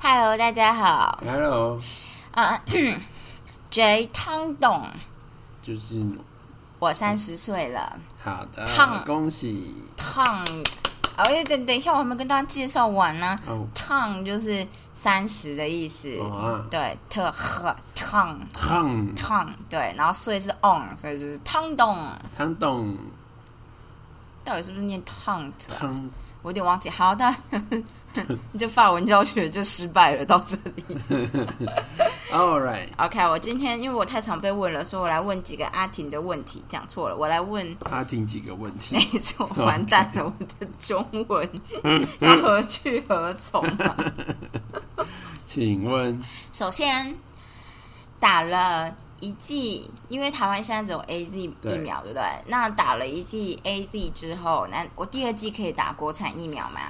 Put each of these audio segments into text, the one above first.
Hello，大家好。 Hello，啊、j 汤董，就是我三十岁了。好的烫，恭喜烫，哦，等等一下，我还没跟大家介绍完呢。哦，烫就是三十的意思，哇对，特喝烫烫烫，对，然后岁是 on，所以就是汤董。汤董到底是不是念烫着啊？汤我有点忘记。好的，你这法文教学就失败了，到这里。 ，All right， OK，我今天因为我太常被问了，所以我来问几个阿婷的问题。讲错了，我来问，他听几个问 题没，错，完蛋了，我的中文要何去何从啊？ 请问首先打了一剂，因为台湾现在只有 A Z 对疫苗，对不对？那打了一剂 A Z 之后，那我第二剂可以打国产疫苗吗？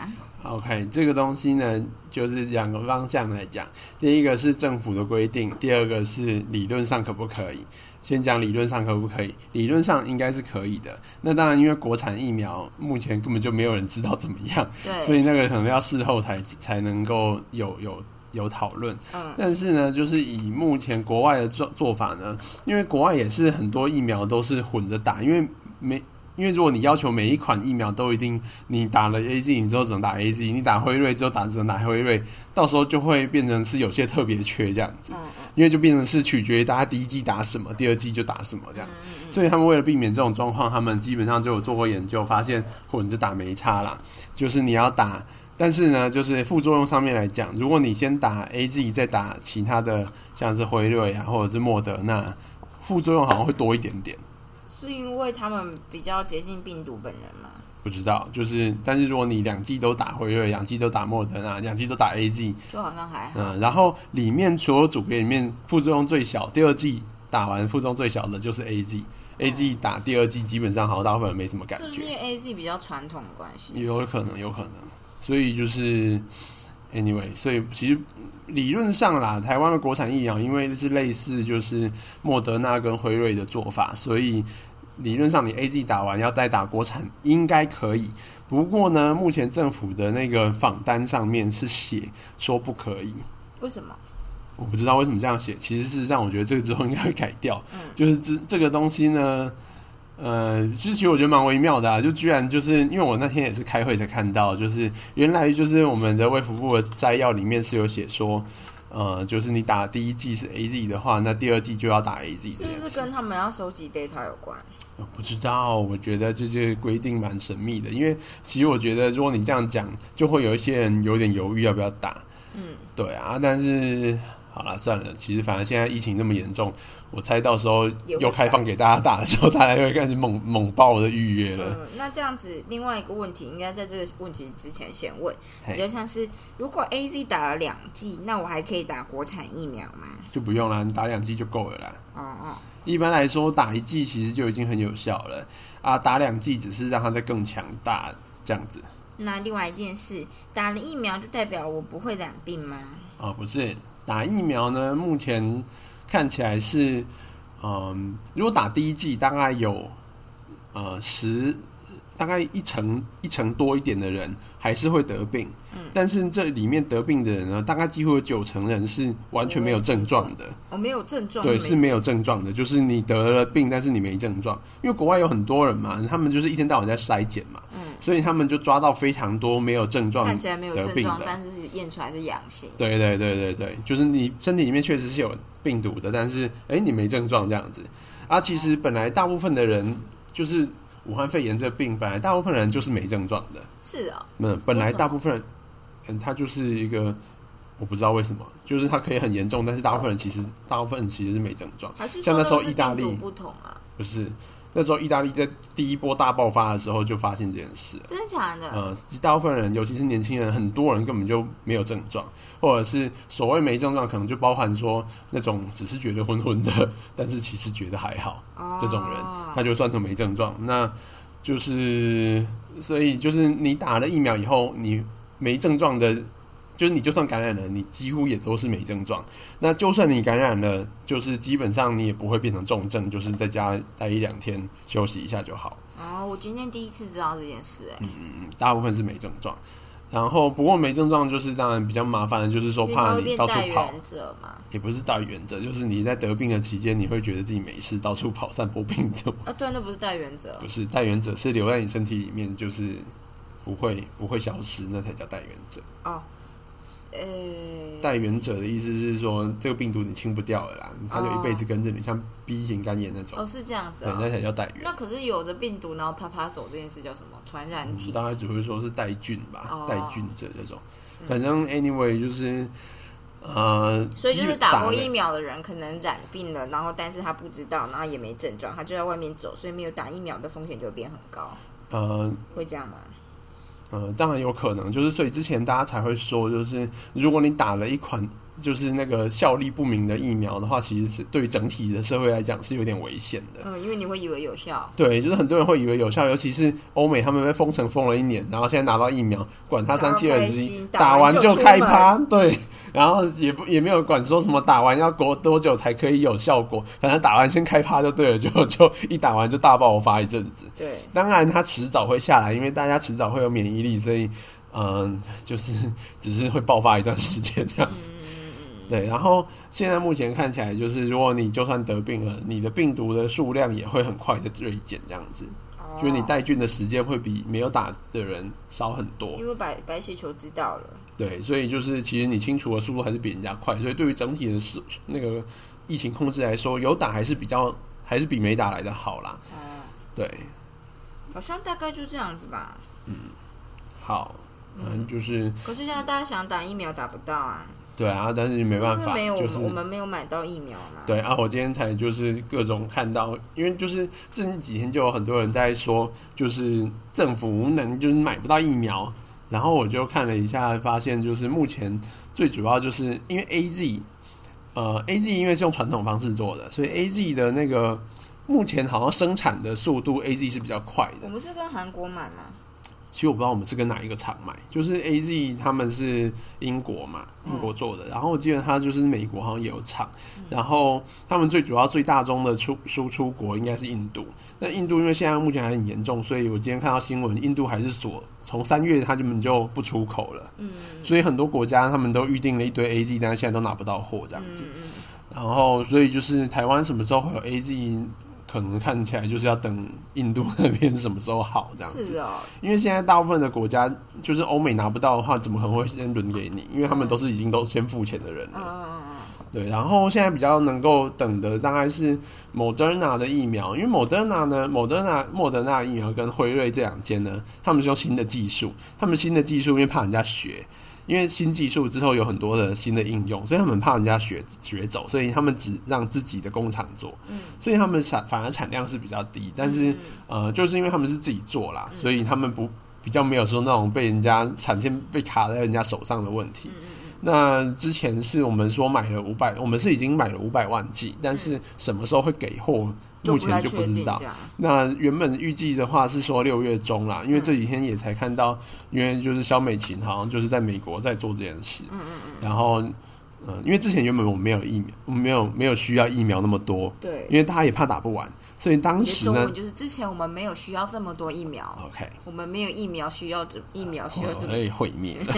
，OK，这个东西呢，就是两个方向来讲，第一个是政府的规定，第二个是理论上可不可以。先讲理论上可不可以？理论上应该是可以的。那当然，因为国产疫苗目前根本就没有人知道怎么样，所对，以那个可能要事后才才能够有有有讨论。嗯，但是呢，就是以目前国外的做做法呢，因为国外也是很多疫苗都是混着打，因为每因为如果你要求每一款疫苗都一定，你打了 A Z，你之后只能打 A Z；你打辉瑞之后打只能打辉瑞，到时候就会变成是有些特别缺这样子，嗯因为就变成是取决于大家第一季打什么，第二季就打什么这嗯样。所以他们为了避免这种状况，他们基本上就有做过研究，发现混着打没差啦，就是你要打但是呢，就是副作用上面来讲，如果你先打 A Z，再打其他的，像是辉瑞啊，或者是莫德纳，副作用好像会多一点点。是因为他们比较接近病毒本人嘛？不知道，就是，但是如果你两剂都打辉瑞，两剂都打莫德纳，两剂都打 A Z，就好像还好。嗯，然后里面所有组别里面副作用最小，第二剂打完副作用最小的就是 A Z，A Z 打第二剂基本上好像大部分人没什么感是不觉是，因为 A Z 比较传统的关系？有可能，有可能。所以就是 anyway，所以其实理论上啦，台湾的国产疫苗因为是类似就是莫德纳跟辉瑞的做法，所以理论上你 A Z 打完要再打国产应该可以。不过呢，目前政府的那个访单上面是写说不可以，为什么？我不知道为什么这样写。其实事实上，我觉得这个之后应该会改掉。嗯就是这这个东西呢，呃，其实我觉得蛮微妙的啊。就居然就是因为我那天也是开会才看到，就是原来就是我们的卫福部的摘要里面是有写说，呃，就是你打第一季是 A Z 的话，那第二季就要打 A Z 是这不件是事。跟他们要收集 data 有关？我不知道，我觉得这些规定蛮神秘的，因为其实我觉得如果你这样讲，就会有一些人有点犹豫要不要打。嗯，对啊，但是好了，算了，其实反正现在疫情那么严重，我猜到时候也会又开放给大家打的时候，大家又会开始猛猛爆的预约了。嗯，那这样子，另外一个问题应该在这个问题之前先问，嘿比较像是如果 A Z 打了两剂，那我还可以打国产疫苗吗？就不用啦，你打两剂就够了啦。哦哦，一般来说，打一剂其实就已经很有效了啊，打两剂只是让它再更强大这样子那另外一件事，打了疫苗就代表我不会染病吗？啊、不是打疫苗呢，目前看起来是，嗯，如果打第一剂大概有呃十大概一成一成多一点的人还是会得病，嗯但是这里面得病的人呢，大概几乎有九成人是完全没有症状的，我嗯没有症状，对，是没有症状的，就是你得了病，但是你没症状，因为国外有很多人嘛，他们就是一天到晚在筛检嘛，所以他们就抓到非常多没有症状嗯看起来没有得症病状，的，但是验出来是阳性。对对对对对，就是你身体里面确实是有病毒的，但是哎，你没症状这样子。啊，其实本来大部分的人就是武汉肺炎这病，本来大部分人就是没症状的。是哦，嗯，本为来什么大部分人，嗯，他就是一个我不知道为什么，就是他可以很严重，但是大部分人其实大部分人其实是没症状。还是像说那时候都是意大病毒利不同啊？不是那时候意大利在第一波大爆发的时候就发现这件事了。真的假的？呃，大部分人，尤其是年轻人，很多人根本就没有症状，或者是所谓没症状，可能就包含说那种只是觉得昏昏的，但是其实觉得还好，哦这种人他就算成没症状。那就是，所以就是你打了疫苗以后，你没症状的，就是你就算感染了，你几乎也都是没症状。那就算你感染了，就是基本上你也不会变成重症，就是在家待一两天休息一下就好。哦，我今天第一次知道这件事、哎、大部分是没症状。然后不过没症状就是当然比较麻烦的，就是说因为他怕会你变到处代跑，言者嘛。也不是带原则，就是你在得病的期间，你会觉得自己没事，到处跑散播病毒。 啊，对，那不是代言者不。是带原者是留在你身体里面，就是不会不会消失，那才叫带原者。哦，呃、带原者的意思是说，这个病毒你清不掉了啦，它就一辈子跟着你，像 B 型肝炎那种，哦，是这样子对啊，、那才叫带原那。可是有着病毒，然后啪啪手这件事叫什么？传染体。大概只会说是带菌吧哦，嗯带菌者这种。反正 anyway 就是呃，所以就基是本打过了疫苗的人可能染病了，然后但是他不知道，然后也没症状，他就在外面走，所以没有打疫苗的风险就会变很高，呃会这样吗？呃，当然有可能，就是所以之前大家才会说，就是如果你打了一款就是那个效力不明的疫苗的话，其实是对整体的社会来讲是有点危险的。嗯，因为你会以为有效，对，就是很多人会以为有效，尤其是欧美，他们被封城封了一年，然后现在拿到疫苗，管他三七二十超开一心，打打完完就就出开门趴，对， 然后也不也没有管说什么打完要多多久才可以有效果，反正打完先开趴就对了，就就一打完就大爆发一阵子。对，当然，它迟早会下来，因为大家迟早会有免疫力，所以嗯，就是只是会爆发一段时间这样子。对，然后现在目前看起来，就是如果你就算得病了，你的病毒的数量也会很快的锐减，这样子，哦就是你带菌的时间会比没有打的人少很多。因为白白血球知道了，对，所以就是其实你清除的速度还是比人家快，所以对于整体的是那个疫情控制来说，有打还是比较还是比没打来的好啦。嗯，对，好像大概就这样子吧。好，嗯，就是可是现在大家想打疫苗打不到啊，对啊，但是没办是因为法，没有、就是我们没有买到疫苗嘛。对啊，我今天才就是各种看到，因为就是最近几天就有很多人在说，就是政府无能，就是买不到疫苗。然后我就看了一下，发现就是目前最主要就是因为 A Z，呃，A Z 因为是用传统方式做的，所以 A Z 的那个目前好像生产的速度 A Z 是比较快我。的们是跟韩国买嘛，其实我不知道我们是跟哪一个厂买，就是 A Z 他们是英国嘛，嗯英国做的，然后我记得它就是美国好像也有厂，然后他们最主要最大宗的出输出国应该是印度。那印度因为现在目前还很严重，所以我今天看到新闻，印度还是锁，从三月他根本就不出口了，嗯所以很多国家他们都预定了一堆 A Z，但是现在都拿不到货这样嗯子。嗯，然后所以就是台湾什么时候会有 A Z，可能看起来就是要等印度那边什么时候好这样子。是哦，因为现在大部分的国家，就是欧美拿不到的话，怎么可能会先轮给你？因为他们都是已经都先付钱的人嗯了。嗯嗯对，然后现在比较能够等的大概是 Moderna 的疫苗，因为 Moderna 呢，Moderna 莫德纳疫苗跟辉瑞这两间呢，他们是用新的技术，他们新的技术因为怕人家学。因为新技术之后有很多的新的应用，所以他们怕人家学学走，所以他们只让自己的工厂做，嗯所以他们产反而产量是比较低，但是、呃，就是因为他们是自己做啦，嗯所以他们不比较没有说那种被人家产线被卡在人家手上的问题。嗯那之前是我们说买了五百，我们是已经买了五百万剂，但是什么时候会给货，嗯就目不太前就不确定知道这。样。那原本预计的话是说六月中啦，因为这几天也才看到，因为就是肖美琴好像就是在美国在做这件事，嗯嗯嗯，然后嗯、呃因为之前原本我们没有疫苗，我们没有没有需要疫苗那么多，对，因为大家也怕打不完，所以当你的时中呢文就是之前我们没有需要这么多疫苗， ，OK，我们没有疫苗需要这疫苗需要这我么啊被毁 灭了。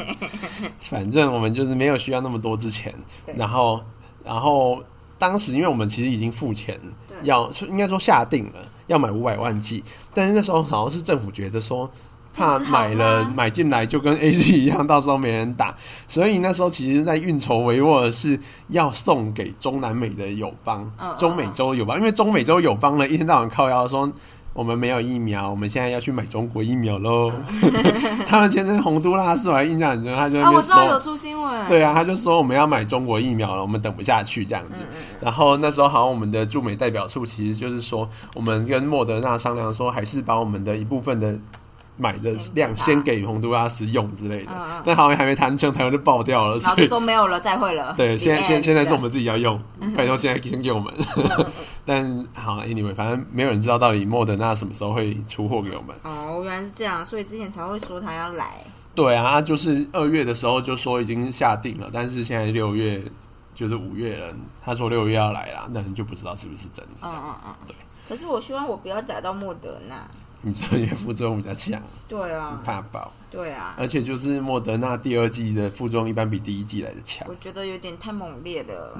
反正我们就是没有需要那么多之前对，然后然后当时因为我们其实已经付钱对，要是应该说下定了要买五百万剂，但是那时候好像是政府觉得说。这样怕子好买了吗买进来就跟 A G 一样，到时候没人打，所以那时候其实，在运筹帷幄的是要送给中南美的友邦嗯嗯，中美洲友邦，因为中美洲友邦呢，一天到晚靠腰说我们没有疫苗，我们现在要去买中国疫苗 喽。他们前阵洪都拉斯我还印象很深，他就啊，在那我边知道有说，出新闻，对啊，他就说我们要买中国疫苗了，我们等不下去这样嗯子。然后那时候好像我们的驻美代表处其实就是说，我们跟莫德纳商量说，还是把我们的一部分的。买的量先先给洪都拉斯用之类的嗯嗯，但好像还没谈成，台湾就爆掉了，然后所就以说没有了，再会了。对， The 现在现 end，现在这是我样们自己要用，嗯拜托现在先给我们。 但好，anyway，反正没有人知道到底莫德纳什么时候会出货给我们。哦，原来是这样，所以之前才会说他要来。对啊，就是二月的时候就说已经下定了，但是现在六月就是五月了，他说六月要哦来啦，那你就不知道是不是真的。嗯嗯嗯，对。可是我希望我不要打到莫德纳，你这里副作用比较强，对啊，怕爆。对啊，而且就是莫德纳第二季的副作用一般比第一季来的强我。觉得有点太猛烈 了。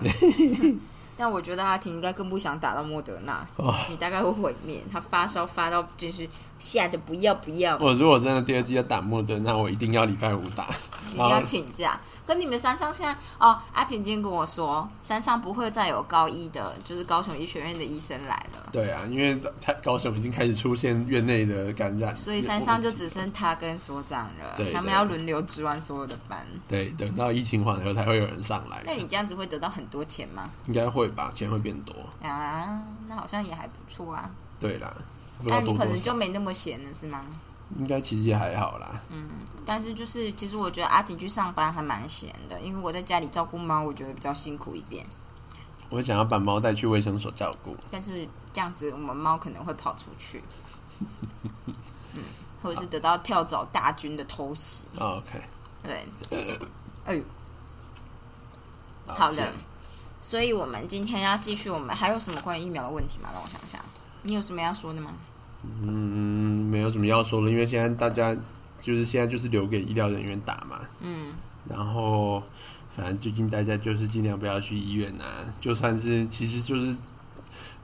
但我觉得阿婷应该更不想打到莫德纳，哦你大概会毁灭。他发烧发到就是吓得不要不要，我如果真的第二季要打莫德纳，我一定要礼拜五打。一定然要后请假。可你们山上现在哦，阿婷今天跟我说，山上不会再有高一的，就是高雄医学院的医生来了，对啊，因为他高雄已经开始出现院内的感染，所以山上就只剩他跟所长了，对他们对要轮流值完所有的班。对等到疫情缓和才会有人上来那，你这样子会得到很多钱吗？应该会吧，钱会变多。啊，那好像也还不错啊。对啦，不知道但多你可多能少，就没那么闲了，是吗？应该其实也还好啦。但是就是，其实我觉得阿婷去上班还蛮闲的，因为我在家里照顾猫，我觉得比较辛苦一点。我想要把猫带去卫生所照顾。但是这样子，我们猫可能会跑出去，嗯，或者是得到跳蚤大军的偷袭。哦 OK，对，哎呦，好好的这样所以我们今天要继续，我们还有什么关于疫苗的问题吗？让我想想，你有什么要说的吗？嗯，没有什么要说的，因为现在大家就是现在就是留给医疗人员打嘛。嗯，然后反正最近大家就是尽量不要去医院啊，就算是其实就是，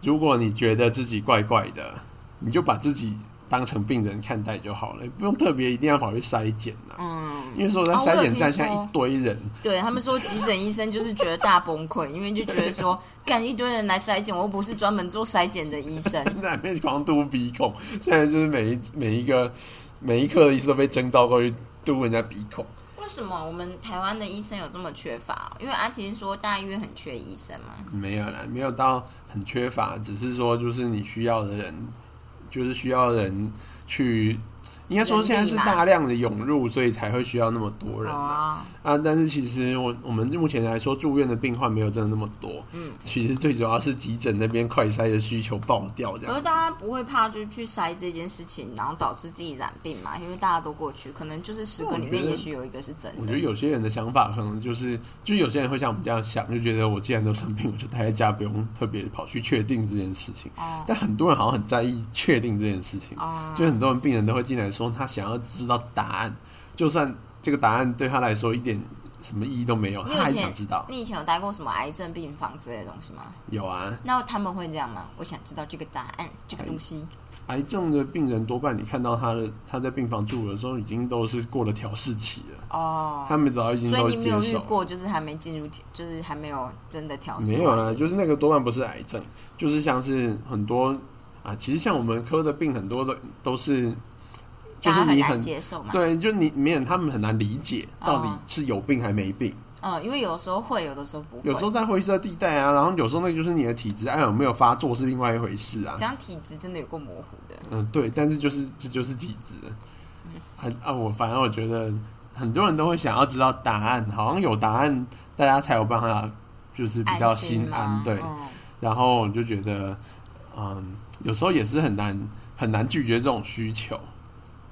如果你觉得自己怪怪的，你就把自己当成病人看待就好了，不用特别一定要跑去筛检啦。嗯，因为说在哦我有筛检站听说现在一堆人，对他们说，急诊医生就是觉得大崩溃，因为就觉得说，干一堆人来筛检，我又不是专门做筛检的医生。 在那边狂嘟鼻孔，现在就是每一每一个每一刻的医生都被征召过去嘟人家鼻孔。为什么我们台湾的医生有这么缺乏？因为阿婷说大医院很缺医生嘛。没有啦，没有到很缺乏，只是说就是你需要的人，就是需要人去，应该说现在是大量的涌入，所以才会需要那么多人啊。啊，啊，但是其实我我们目前来说，住院的病患没有真的那么多。嗯，其实最主要是急诊那边快筛的需求爆掉可这是样。大家不会怕就是去筛这件事情，然后导致自己染病嘛？因为大家都过去，可能就是十个里那我面觉得也许有一个是真我觉得的。有些人的想法可能就是，就是有些人会像我们这样想，就觉得我既然都生病，我就待在家，不用特别跑去确定这件事情。哦但很多人好像很在意确定这件事情。哦，就很多人病人都会进来说，他想要知道答案，就算这个答案对他来说一点什么意义都没有，你以他还前想知道。你以前有待过什么癌症病房之类的东西吗？有啊，那他们会这样吗？我想知道这个答案，这个东西。癌症的病人多半你看到他的他在病房住的时候，已经都是过了调试期了，哦，他们早已经所以都你没有接遇受。过，就是还没进入，就是还没有真的调试吗。没有啊，就是那个多半不是癌症，就是像是很多啊，其实像我们科的病很多的都是，就大是家很你难很接受嘛。对，就你没有他们很难理解到底哦是有病还没病。嗯，因为有时候会，有的时候不会。有时候在灰色地带啊，然后有时候那个就是你的体质，哎，有没有发作是另外一回事啊这。样体质真的有够模糊的。嗯，对，但是就是这就是体质。嗯很啊，我反正我觉得很多人都会想要知道答案，好像有答案大家才有办法，就是比较安心心吗安。对，嗯然后我就觉得，嗯，有时候也是很难很难拒绝这种需求，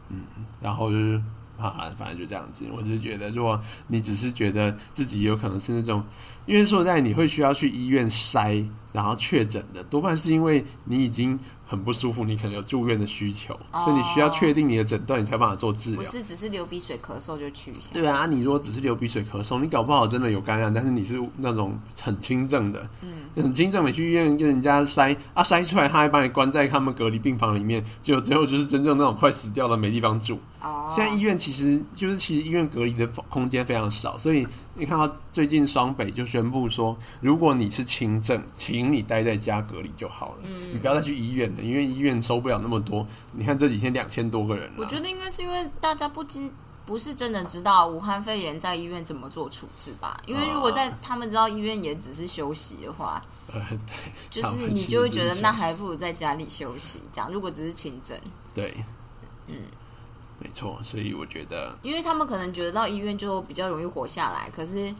嗯，然后就是啊，反正就这样子。我只是觉得，如果你只是觉得自己有可能是那种，因为说实在你会需要去医院筛，然后确诊的，多半是因为你已经很不舒服，你可能有住院的需求，所以你需要确定你的诊断，你才有办法做治不疗。是只是流鼻水、咳嗽就去一下。对啊，你如果只是流鼻水、咳嗽，你搞不好真的有感染，但是你是那种很轻症的，嗯，很轻症，你去医院跟人家筛啊，筛出来他还把你关在他们隔离病房里面，结果最后就是真正那种快死掉了没地方住。哦，现在医院其实就是其实医院隔离的空间非常少，所以你看到最近双北就宣布说，如果你是轻症，请你待在家隔离就好了，嗯你不要再去医院了，因为医院收不了那么多。你看这几天两千多个人、啊，我觉得应该是因为大家不经不是真的知道武汉肺炎在医院怎么做处置吧？因为如果啊在他们知道医院也只是休息的话，呃，就他是们你其就实会只觉是得休那息还不如在家里休息这样。如果只是轻症，对，嗯，没错，所以我觉得因为他们可能觉得到医院就比较容易活下来，可是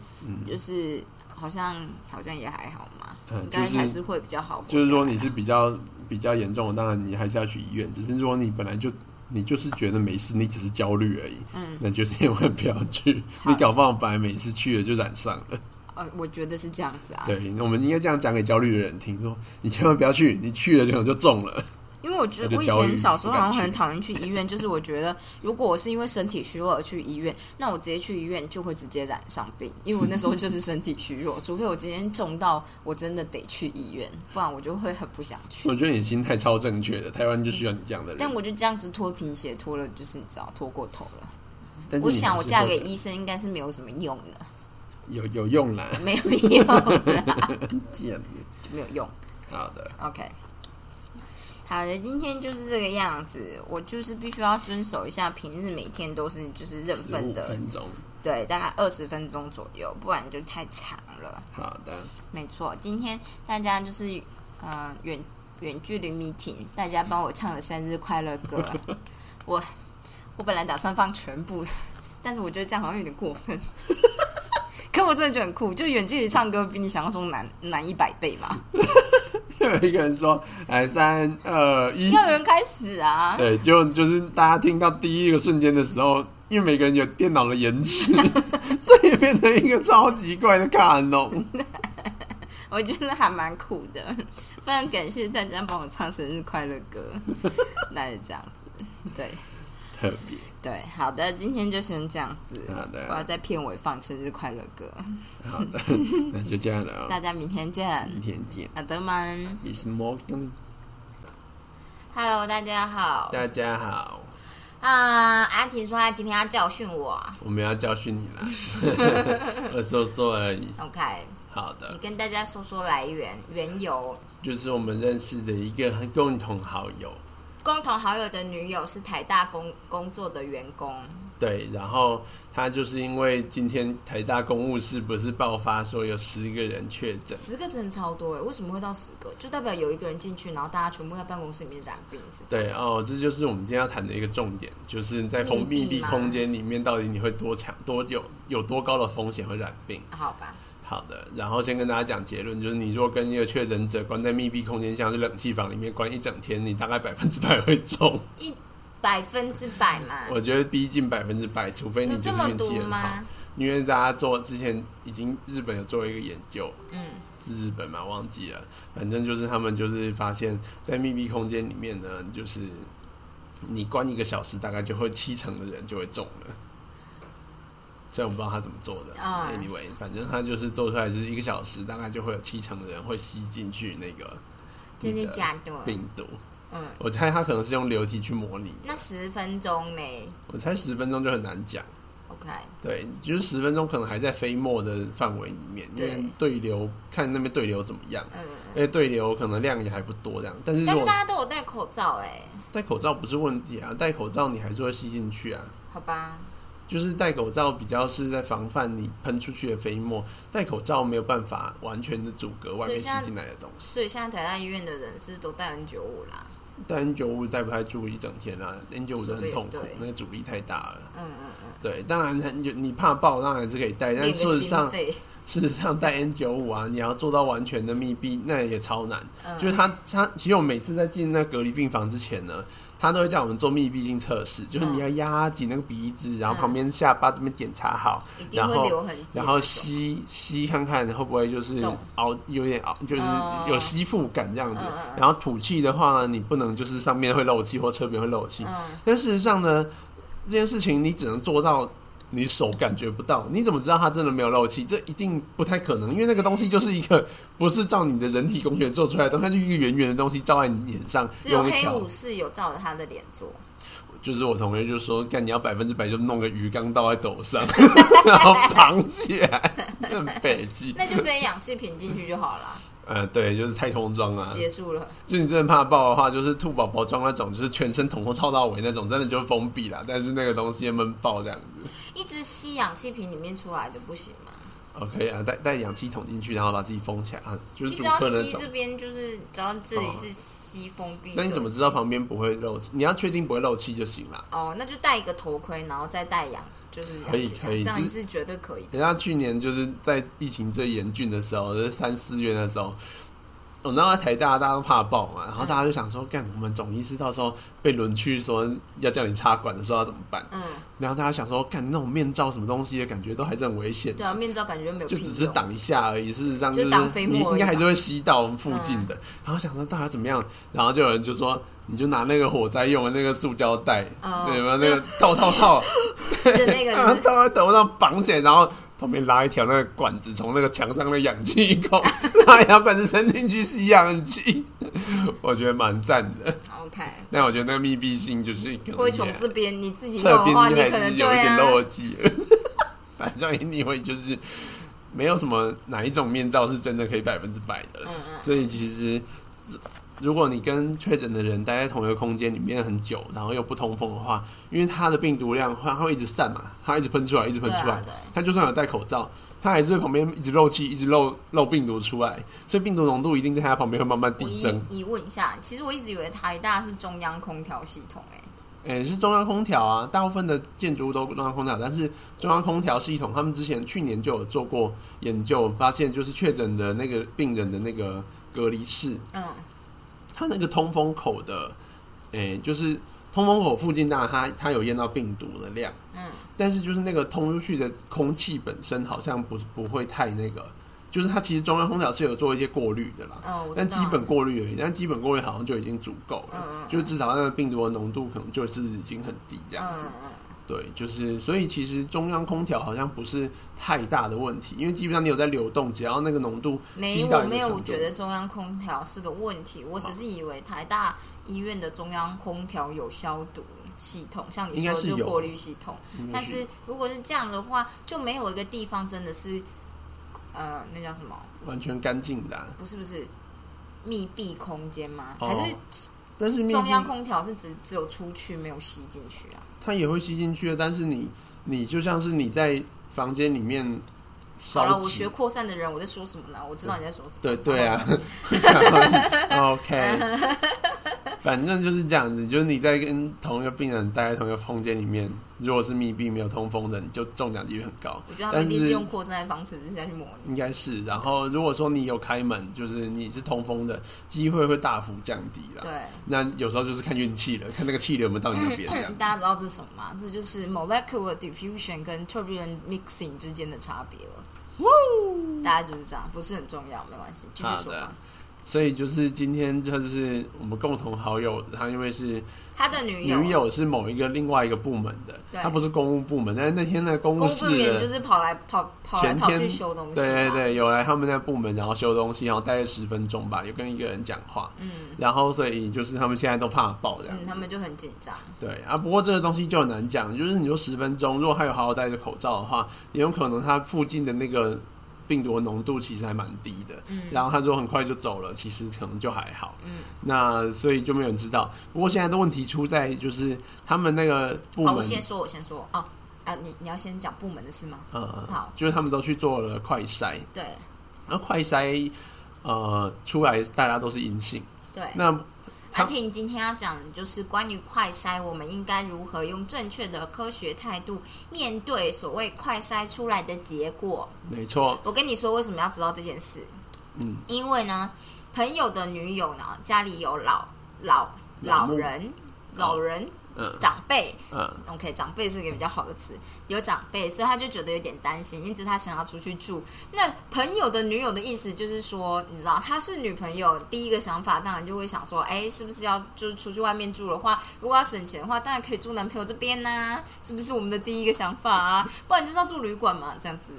就是好像好像也还好嘛，嗯应该就是还是会比较好活下来。就是说你是比较比较严重的，当然你还是要去医院。只是说你本来就你就是觉得没事，你只是焦虑而已，嗯，那就是因为不要去，好你搞不好本来没事去了就染上了。呃，我觉得是这样子啊。对，我们应该这样讲给焦虑的人听，说你千万不要去，你去了可能就中了。 因为我觉得我以前小时候好像很讨厌去医院，就是我觉得如果我是因为身体虚弱而去医院，那我直接去医院就会直接染上病，因为我那时候就是身体虚 弱，除非我今天重到我真的得去医院，不然我就会很不想去。 我觉得你心态超正确的，台湾就需要你这样的人。但我就这样子脱贫血脱了，就是你知道脱过头了。但是我你想我还是嫁会给医生应该是没有什么用的，有有用啦，没有 用啦，见就没有用。好的， OK，好的，今天就是这个样子。我就是必须要遵守一下，平日每天都是就是认十五份的，分钟，对，大概二十分钟左右，不然就太长了。好的，没错，今天大家就是呃远远距离 meeting，大家帮我唱了生日快乐歌。我我本来打算放全部，但是我觉得这样好像有点过分。可我真的觉得很酷，就远距离唱歌比你想象中难难一百倍嘛。 有一个人说，来三二一， 要有人开始啊！对，就就是大家听到第一个瞬间的时候，因为每个人有电脑的延 迟，所以变成一个超级怪的卡农。我觉得还蛮酷的，非常感谢大家帮我唱生日快乐歌，那就这样子，对特别对，好的，今天就先这样子，好我要的，在片尾放生日快乐歌，好的，那就这样了、大哦，家明天见，明天见阿德曼，Miss Morgan， ，Hello，大家好，大家好，啊，阿婷说她今天要教训我我们要教训你 啦， 我说说而已。 ，OK，好你的，跟大家说说来源缘由，就是我们认识的一个共同好友。共同好友的女友是台大工工作的员工，对，然后他就是因为今天台大公务室不是爆发说有十个人确诊，十个真的超多哎，为什么会到十个？就代表有一个人进去，然后大家全部在办公室里面染病是？对哦，这就是我们今天要谈的一个重点，就是在封闭密地闭吗空间里面，到底你会多强多有有多高的风险会染病？好吧，好的，然后先跟大家讲结论，就是你如果跟一个确诊者关在密闭空间，像是冷气房里面关一整天，你大概百分之百会 中。百分之百嘛，我觉得逼近百分之百，除非你有这就是么运多气很好吗。？因为大家做之前已经日本有做一个研究，嗯，是日本嘛，忘记了，反正就是他们就是发现，在密闭空间里面呢，就是你关一个小时，大概就会七成的人就会中了。虽然我不知道他怎么做的、啊 a n y w a y 反正他就是做出来就是一个小时，大概就会有七成的人会吸进去那个真的假的？病毒。嗯，我猜他可能是用流体去模拟，那十分钟呢我猜十分钟就很难讲。 ？OK，对，就是十分钟可能还在飞沫的范围里面，因对为对流看那边对流怎么样。嗯，因为哎对流可能量也还不多这样，但是哦如但是果大家都有戴口罩哎，戴口罩不是问题啊，戴口罩你还是会吸进去啊。好吧，就是戴口罩比较是在防范你喷出去的飞沫，戴口罩没有办法完全的阻隔外面吸进来的东西。所以现在台大医院的人是都戴 N 九五啦，戴 N 九五戴不太住一整天啦、n 九五真的很痛苦对对，那个阻力太大了。嗯嗯嗯，对，当然很你怕爆当然是可以戴，但练事个实心上肺，事实上戴 N 九五啊，你要做到完全的密闭，那也超难。嗯就是他他其实我每次在进那隔离病房之前呢，他都会叫我们做密闭性测试，就是你要压紧那个鼻子，然后旁边下巴这边检查好，一定然会后留痕迹那种，然后吸吸看看会不会就是懂凹有点凹，就是哦有吸附感这样子嗯嗯。嗯然后吐气的话呢，你不能就是上面会漏气或侧边会漏气。嗯，但事实上呢，这件事情你只能做到。你手感觉不到，你怎么知道它真的没有漏气？这一定不太可能，因为那个东西就是一个不是照你的人体工学做出来的东西，它就是一个圆圆的东西照在你脸上，只有用一黑条武。士有照着他的脸做，就是我同学就说，干你要百分之百就弄个鱼缸倒在头上， 然后绑起来，很北气。那就背氧气瓶进去就好 了，呃，对，就是太空装啊，结束了。就你真的怕爆的话，就是兔宝宝装那种，就是全身捅破套到尾那种，真的就封闭啦。但是那个东西会闷爆这样子。一直吸氧气瓶里面出来的不行吗？ OK 啊，带带氧气筒进去，然后把自己封起来啊，就一是主直要客那吸种这。边，就是只要这里是吸封闭的。哦那你怎么知道旁边不会漏气？你要确定不会漏气就行啦。哦，那就戴一个头盔，然后再戴氧，就是氧可以气筒可以这样就是是绝对可以的。人家去年就是在疫情最严峻的时候，就是三四月的时候，我知道在台大大家都怕爆嘛，然后大家就想说，干我们总医师到时候被轮去说要叫你插管的时候要怎么办？嗯，然后大家想说，干那种面罩什么东西的感觉都还是很危险的对啊，面罩感觉没有就屁只用。是挡一下而已，事实上就是挡飞沫而你已吧啊应该还是会吸到附近的。然后想说大家怎么样，然后就有人就说你就拿那个火灾用的那个塑胶袋，哦对吧？就那个套套套，啊就 那个然后人套在头上绑起来，然后旁边拉一条那个管子，从那个墙上的氧气 孔拉一条管子伸进去吸氧气，我觉得蛮赞的。 OK， 但我觉得那个密闭性就是可能会从也这边你自己侧弄的边话，你还可是能有一对点啊，漏气。 反正 anyway 就是没有什么哪一种面罩是真的可以百分之百的，嗯嗯所以其实如果你跟确诊的人待在同一个空间里面很久，然后又不通风的话，因为它的病毒量它会一直散嘛，它一直喷出来，一直喷出对来啊对，它就算有戴口罩。它还是会旁边一直漏气，一直漏漏病毒出来，所以病毒浓度一定在它旁边会慢慢我递增疑。疑问一下，其实我一直以为台大是中央空调系统、欸，诶、是中央空调啊，大部分的建筑物都中央空调，但是中央空调系统，他们之前去年就有做过研究，发现就是确诊的那个病人的那个隔离室，嗯，它那个通风口的，诶、就是通风口附近，当然它它有验到病毒的量，嗯，但是就是那个通出去的空气本身好像不不会太那个，就是它其实中央空调是有做一些过滤的啦，哦，我知但道基本过滤而已，但基本过滤好像就已经足够嗯嗯了嗯，就是至少那个病毒的浓度可能就是已经很低这样嗯子。嗯嗯，对，就是所以其实中央空调好像不是太大的问题，因为基本上你有在流动，只要那个浓度没有，低到我一个没有程度觉得中央空调是个问题，我只是以为台大医院的中央空调有消毒系统，像你说应该的是就有过滤系统，应该但是如果是这样的话，就没有一个地方真的是，呃，那叫什么？完全干净的啊、不是不是密闭空间吗？哦还是但是密中央闭空调是只只有出去没有吸进去啊？它也会吸进去的，啊但是你你就像是你在房间里面好了，烧我学纸，扩散的人，我在说什么呢？我知道你在说什么。对对啊 ，OK，反正就是这样子，就是你在跟同一个病人待在同一个空间里面，如果是密闭没有通风的，你就中奖几率很高。我觉得他但们一定是是用扩散的方式之下去模拟。应该是。然后如果说你有开门，就是你是通风的，机会会大幅降低啦。对，那有时候就是看运气了，看那个气流有没有到你那边这样 。大家知道这是什么吗？这就是 molecular diffusion 跟 turbulent mixing 之间的差别了。大家就是这样，不是很重要，没关系，继续好说的吧。，所以就是今天就是我们共同好友，他因为是他的女友，啊女友是某一个另外一个部门的，对他不是公务部门，但是那天呢公务公务室员的就是跑来跑跑来前跑去天修东西，对对，对，有来他们那部门，然后修东西，然后待了十分钟吧，有跟一个人讲话，嗯然后所以就是他们现在都怕爆这样子嗯，他们就很紧张。对啊，不过这个东西就很难讲，就是你说十分钟，如果他有好好戴着口罩的话，也有可能他附近的那个病毒的浓度其实还蛮低的。嗯然后他如果很快就走了，其实可能就还好。嗯，那所以就没有人知道。不过现在的问题出在就是他们那个部好，我门，先说，我先说哦，啊，你你要先讲部门的事吗？呃好，就是他们都去做了快筛，对然后快筛呃出来大家都是阴性。对。那他安婷今天要讲的就是关于快筛，我们应该如何用正确的科学态度面对所谓快筛出来的结果。没错，我跟你说，为什么要知道这件事？嗯，因为呢，朋友的女友呢，家里有老老老老木人、老人、嗯长辈嗯， ，OK，长辈是一个比较好的词，有长辈，所以他就觉得有点担心，因此他想要出去住。那朋友的女友的意思就是说，你知道她是女朋友，第一个想法当然就会想说，哎，是不是要就是出去外面住的话，如果要省钱的话，当然可以住男朋友这边呐、是不是我们的第一个想法啊？不然就是要住旅馆嘛，这样子。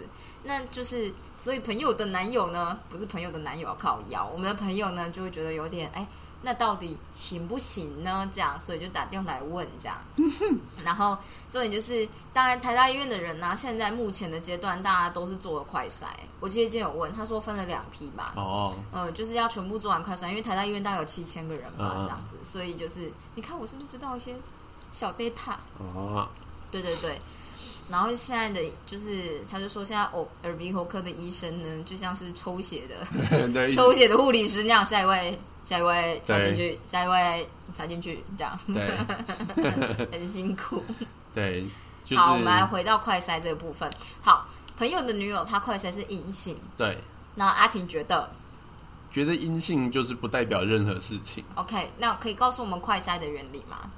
那就是，所以朋友的男友呢，不是朋友的男友要靠腰，我们的朋友呢就会觉得有点，哎，那到底行不行呢？这样，所以就打电话来问这样。然后重点就是，当然台大医院的人呢、现在目前的阶段大家都是做了快筛。我其实今天有问，他说分了两批吧，哦，呃，就是要全部做完快筛，因为台大医院大概有七千个人嘛嗯，嗯这样子，所以就是你看我是不是知道一些小 data？哦， 对对对。然后现在的就是，他就说现在耳耳鼻喉科的医生呢，就像是抽血的对，抽血的护理师那样，下一位，下一位插进哎对去，下一位插进去，这样对很辛苦。对， 就是好，我们来回到快筛这个部分。好，朋友的女友她快筛是阴性，对。那阿婷觉得觉得阴性就是不代表任何事情。 OK，那可以告诉我们快筛的原理吗？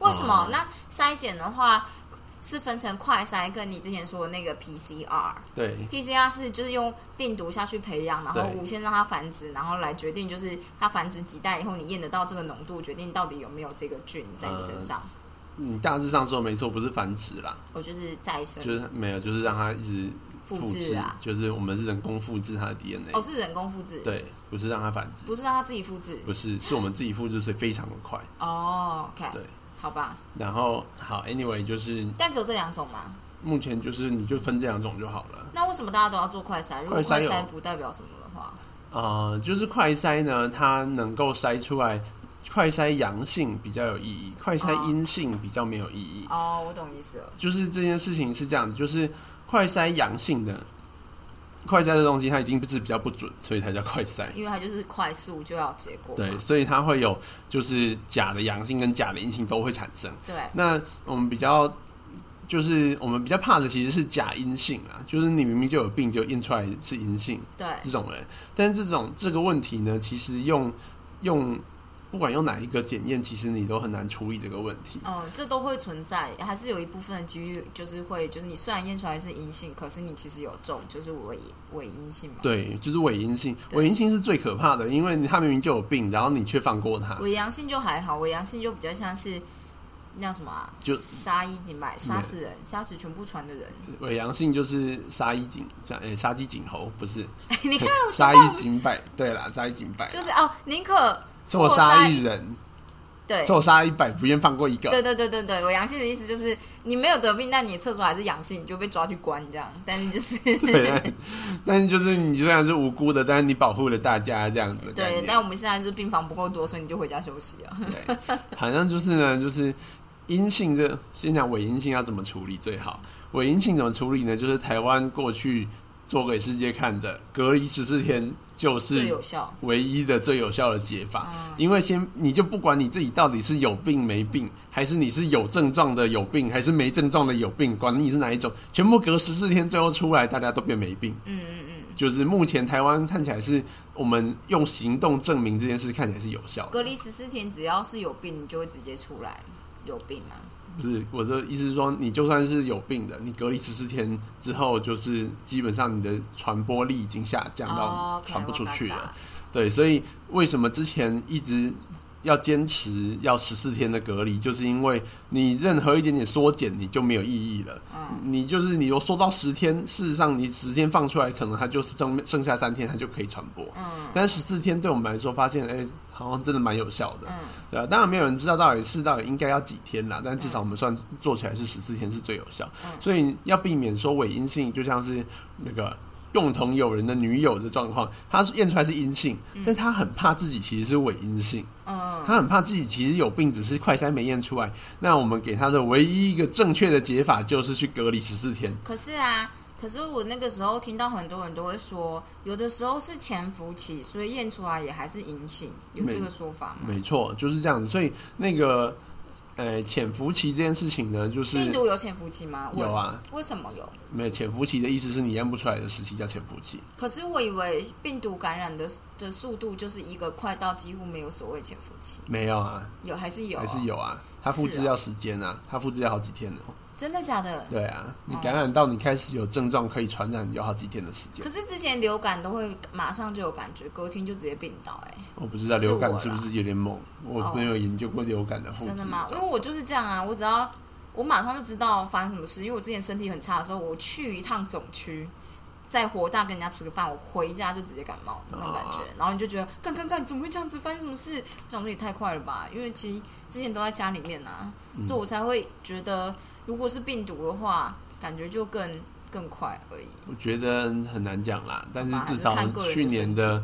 为什么？哦那筛检的话，是分成快筛跟你之前说的那个 PCR。对 PCR 是就是用病毒下去培养，然后对无限让它繁殖，然后来决定就是它繁殖几代以后，你验得到这个浓度，决定到底有没有这个菌在你身上。你嗯大致上说没错，不是繁殖啦，我就是再生，呃就是没有，就是让它一直复制啊就是我们是人工复制它的 DNA，、哦，是人工复制，对，不是让它繁殖，不是让它自己复制。不是，是我们自己复制，所以非常的快。哦，OK，对，好吧，然后好，anyway，就是但只有这两种嘛？目前就是你就分这两种就好了。那为什么大家都要做快筛？如果快快筛有筛不代表什么的话，呃，就是快筛呢，它能够筛出来，快筛阳性比较有意义，快筛哦阴性比较没有意义。哦，我懂意思了。就是这件事情是这样子，就是快筛阳性的，快筛的东西它一定是比较不准，所以才叫快筛。因为它就是快速就要结果嘛。对，所以它会有就是假的阳性跟假的阴性都会产生。对，那我们比较就是我们比较怕的其实是假阴性啊，就是你明明就有病就验出来是阴性对，这种人。但是这种这个问题呢，其实用用不管用哪一个检验，其实你都很难处理这个问题。嗯，这都会存在，还是有一部分的几率就是会，就是你虽然验出来是阴性，可是你其实有中，就是伪伪阴性嘛。，对，就是伪阴性，对伪阴性是最可怕的，因为他明明就有病，然后你却放过他。伪阳性就还好，伪阳性就比较像是那叫什么啊，就杀一儆百，杀死人，杀死全部船的人。伪阳性就是杀一儆，呃，杀鸡儆猴，不是 你看，我杀一知道儆百。对啦，杀一儆百啦，就是哦，宁可错错杀杀一人，对。错杀一百，不愿放 过一个。对对对对对，伪阳性的意思就是你没有得病，但你测出来是阳性，你就被抓去关这样。但是就是对，但但是就是你虽然是无辜的，但是你保护了大家这样子的概对，念。但我们现在就是病房不够多，所以你就回家休息啊。对，好像就是呢，就是阴性这先讲伪阴性要怎么处理最好。伪阴性怎么处理呢？就是台湾过去做给世界看的，隔离十四天就 最是有效。唯一的最有效的解法。嗯因为先你就不管你自己到底是有病没病，还是你是有症状的有病，还是没症状的有病，管你是哪一种，全部隔十四天，最后出来大家都变没病。嗯嗯嗯，就是目前台湾看起来是我们用行动证明这件事看起来是有效隔的，离十四天，只要是有病，你就会直接出来。有病吗？不是我的意思是说，你就算是有病的，你隔离十四天之后，就是基本上你的传播力已经下降哦到，OK，传不出去我了懂。对，所以为什么之前一直要坚持要十四天的隔离，就是因为你任何一点点缩减，你就没有意义了。嗯你就是你有缩到十天，事实上你十天放出来，可能它就是剩剩下三天，它就可以传播。嗯但十四天对我们来说，发现哎、好像真的蛮有效的，嗯，对啊，当然没有人知道到底是到底应该要几天啦，但至少我们算做起来是十四天是最有效，嗯所以要避免说伪阴性，就像是那个。共同友人的女友的状况，她验出来是阴性，但她很怕自己其实是伪阴性，嗯，她很怕自己其实有病，只是快筛没验出来。那我们给她的唯一一个正确的解法就是去隔离十四天，可是啊，可是我那个时候听到很多人都会说，有的时候是潜伏期，所以验出来也还是阴性，有没这个说法吗？没错，就是这样子。所以那个呃潜伏期这件事情呢，就是病毒有潜伏期吗？有啊，问，为什么有？没有潜伏期的意思是你验不出来的时期叫潜伏期，可是我以为病毒感染的的速度就是一个快到几乎没有所谓潜伏期，没有啊，有还是有、还是，有啊，它复制要时间啊，它复制要好几天哦、真的假的？对啊，哦你感染到你开始有症状可以传染，有好几天的时间可。是之前流感都会马上就有感觉，隔天就直接病倒、哎。我不知道是我流感啦是不是有点猛，我哦没有研究过流感的复制。真的吗？因为我就是这样啊，我只要我马上就知道发生什么事，因为我之前身体很差的时候，我去一趟总区，在火大跟人家吃个饭，我回家就直接感冒那种感觉，然后你就觉得干干干，怎么会这样子？发生什么事？我想说也太快了吧，因为其实之前都在家里面啊，嗯所以我才会觉得，如果是病毒的话，感觉就更更快而已。我觉得很难讲啦，但是好吧至少还是看个人的去年的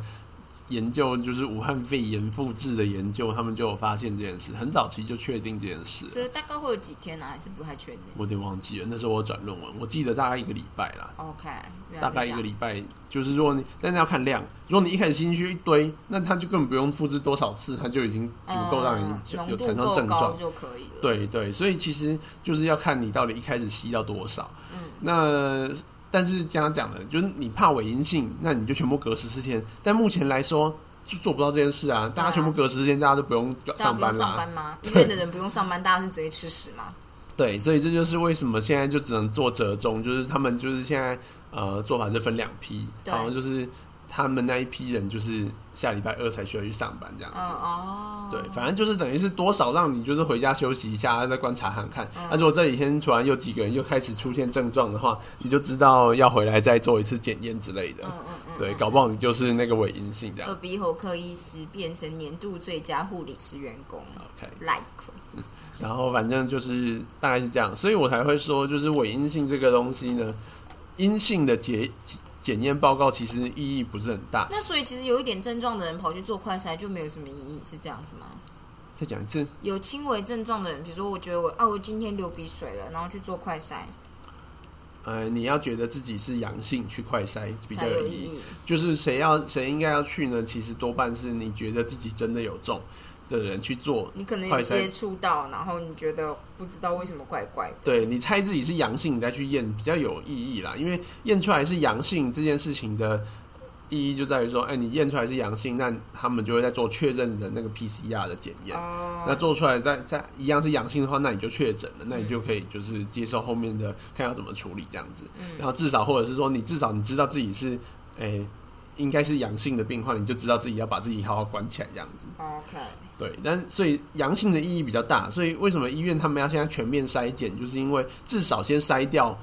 研究，就是武汉肺炎复制的研究，他们就有发现这件事，很早期就确定这件事了。所以大概会有几天呢、啊？还是不太确定。我有点忘记了，那时候我转论文，我记得大概一个礼拜啦， OK，原来是这样大概一个礼拜。就是如果你，但是要看量，如果你一开始新区一堆，那它就根本不用复制多少次，它就已经足够让你嗯有浓有度产生够症高状。就可以了。对对，所以其实就是要看你到底一开始吸到多少。嗯，那但是刚刚讲的，就是你怕伪阴性，那你就全部隔十四天。但目前来说，就做不到这件事啊！大家全部隔十四天，大家都不用大家上不用班上啦。 班吗？医院的人不用上班，大家是直接吃屎吗？对，所以这就是为什么现在就只能做折中，就是他们就是现在呃做法是分两批，对然后就是他们那一批人就是下礼拜二才需要去上班这样嗯子。哦，对，反正就是等于是多少让你就是回家休息一下，再观察看看。那、嗯如果这几天突然有几个人又开始出现症状的话，你就知道要回来再做一次检验之类的。嗯嗯嗯，对，搞不好你就是那个伪阴性这样耳。鼻喉科医师变成年度最佳护理师员工 OK， ，like，然后反正就是大概是这样，所以我才会说，就是伪阴性这个东西呢，阴性的检检验报告其实意义不是很大。那所以其实有一点症状的人跑去做快筛就没有什么意义，是这样子吗？再讲一次，有轻微症状的人，比如说我觉得我啊我今天流鼻水了，然后去做快筛呃，你要觉得自己是阳性去快筛比较才有有意意义。义。就是谁要谁应该要去呢？其实多半是你觉得自己真的有中的人去做，你可能有快筛接触到，然后你觉得不知道为什么怪怪的，对你猜自己是阳性，你再去验比较有意义啦。因为验出来是阳性这件事情的意义就在于说，哎、你验出来是阳性，那他们就会在做确认的那个 PCR 的检验。哦那做出来再再一样是阳性的话，那你就确诊了，那你就可以就是接受后面的看要怎么处理这样子。然后至少或者是说你至少你知道自己是诶、应该是阳性的病患，你就知道自己要把自己好好关起来这样子。哦 OK，对，但所以阳性的意义比较大，所以为什么医院他们要现在全面筛检，就是因为至少先筛掉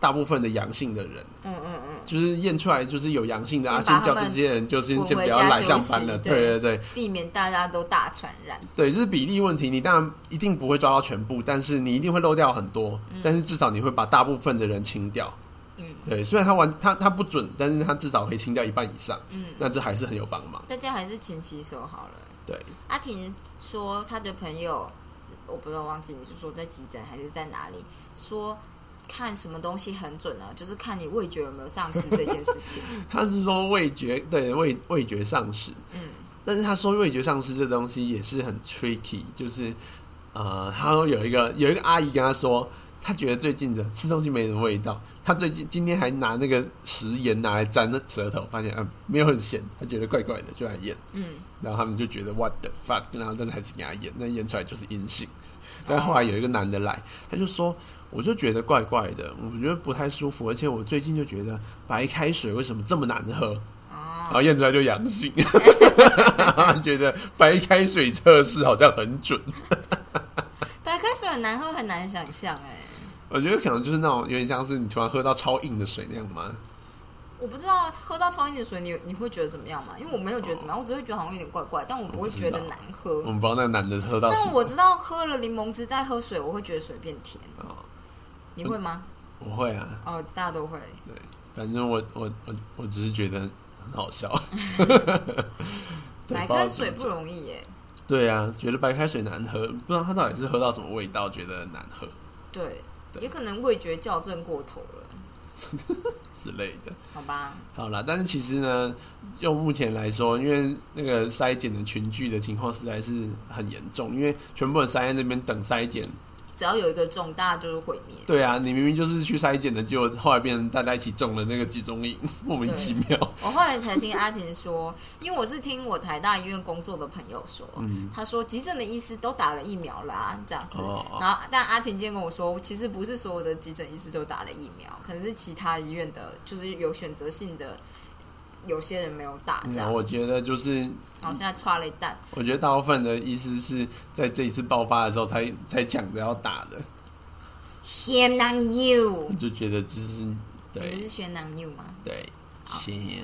大部分的阳性的人，嗯嗯嗯，就是验出来就是有阳性的，啊，先把先他叫们这些人就先滚先回不要家来休上息班了。对对对对，避免大家都大传染。对，就是比例问题，你当然一定不会抓到全部，但是你一定会漏掉很多，但是至少你会把大部分的人清掉。嗯，对，虽然他完他他不准，但是他至少可以清掉一半以上，嗯，那这还是很有帮忙。大家还是勤洗手好了。对，阿婷说她的朋友，我不知道忘记你是说在急诊还是在哪里，说看什么东西很准呢？就是看你味觉有没有丧失这件事 情。他是说味觉对味味觉丧失，嗯，但是他说味觉丧失这东西也是很 tricky，就是呃，他说有一个有一个阿姨跟他说。他觉得最近的吃东西没什么味道，他最近今天还拿那个食盐拿来沾那舌头，发现嗯没有很咸，他觉得怪怪的，就来验。嗯，然后他们就觉得 what the fuck，然后但是还是给他验，那验出来就是阴性。 但后来有一个男的来，他就说，我就觉得怪怪的，我觉得不太舒服，而且我最近就觉得白开水为什么这么难喝？然哦，后验出来就阳性， 他觉得白开水测试好像很准。白开水很难喝，很难想象哎、我觉得可能就是那种有点像是你突然喝到超硬的水那样嘛。我不知道啊喝到超硬的水你，你会觉得怎么样吗？因为我没有觉得怎么样，我只会觉得好像有点怪怪，但我不会觉得难喝我。们不知道那个男的喝到什但么。我知道喝了柠檬汁再喝水，我会觉得水变甜。哦你会吗？我会啊，哦，大家都会。反正我我我我只是觉得很好笑。 对白不开知道怎么水讲不容易耶、对啊，觉得白开水难喝，不知道他到底是喝到什么味道，觉得难喝对，对也可能味觉校正过头了，之类的。好吧？好啦，但是其实呢，就目前来说，因为那个筛检的群聚的情况实在是很严重，因为全部人塞在那边等筛检。只要有一个中，大家就是毁灭。对啊，你明明就是去筛检的，结果后来变成大家一起中了那个集中营，莫名其妙。我后来才听阿婷说，因为我是听我台大医院工作的朋友说，嗯，他说急诊的医师都打了疫苗啦、这样子。哦哦然后，但阿婷今天跟我说，其实不是所有的急诊医师都打了疫苗，可能是其他医院的，就是有选择性的，有些人没有打这嗯样。我觉得就是，然后现在抓了一蛋，我觉得大部分的医师是在这一次爆发的时候才才抢着要打的，先男 you，我就觉得就是你对们。是先男 you 吗？对，行。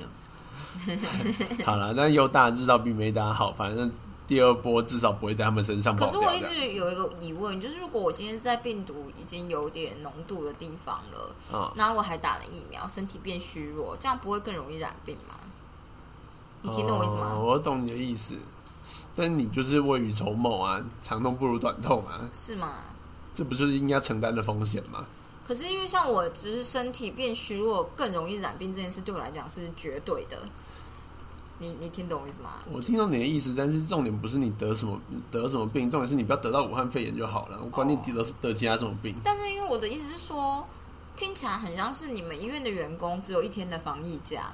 好了，但有打至少比没打好，反正第二波至少不会在他们身上爆可是掉我一这样。直有一个疑问，就是如果我今天在病毒已经有点浓度的地方了，啊、那我还打了疫苗，身体变虚弱，这样不会更容易染病吗？你听懂我意思哦吗？我懂你的意思，但你就是未雨绸缪啊，长痛不如短痛啊，是吗？这不就是应该承担的风险吗？可是因为像我，只是身体变虚弱，更容易染病这件事，对我来讲是绝对的。你你听懂我意思吗？我听懂你的意思，但是重点不是你得什么得什么病，重点是你不要得到武汉肺炎就好了，我管你哦得得其他什么病。但是因为我的意思是说，听起来很像是你们医院的员工只有一天的防疫假，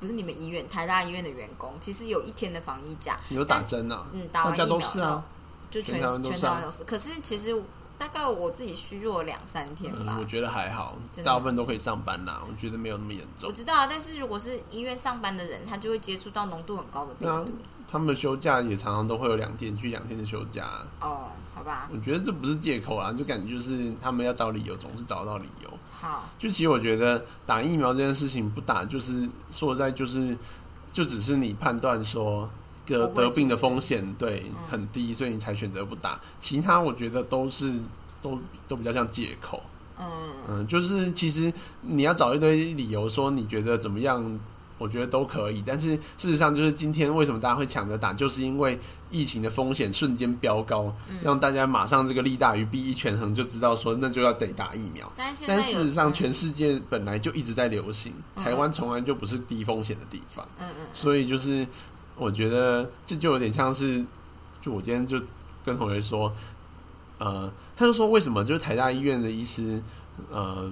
不是你们医院台大医院的员工，其实有一天的防疫假，你有打针啊？嗯，打大完疫家苗都是啊，就全全台湾都是啊全台湾都是。可是其实大概我自己虚弱两三天吧。嗯我觉得还好，真的大部分都可以上班啦，我觉得没有那么严我重。知道啊，但是如果是医院上班的人，他就会接触到浓度很高的病那毒。啊他们休假也常常都会有两天去两天的休假啊、哦，好吧，我觉得这不是借口啦，就感觉就是他们要找理由，总是找到理由。好，就其实我觉得打疫苗这件事情不打，就是说实在就是就只是你判断说得不会得病的出事风险对很低，所以你才选择不打。其他我觉得都是都都比较像借口。嗯，嗯，就是其实你要找一堆理由说你觉得怎么样，我觉得都可以。但是事实上，就是今天为什么大家会抢着打，就是因为疫情的风险瞬间飙高，嗯让大家马上这个利大于弊一权衡，就知道说那就要得打疫苗。但是现在有但事实上，嗯全世界本来就一直在流行，嗯台湾从来就不是低风险的地方，嗯嗯所以就是我觉得这就有点像是，就我今天就跟同学说，呃，他就说为什么就是台大医院的医师，呃，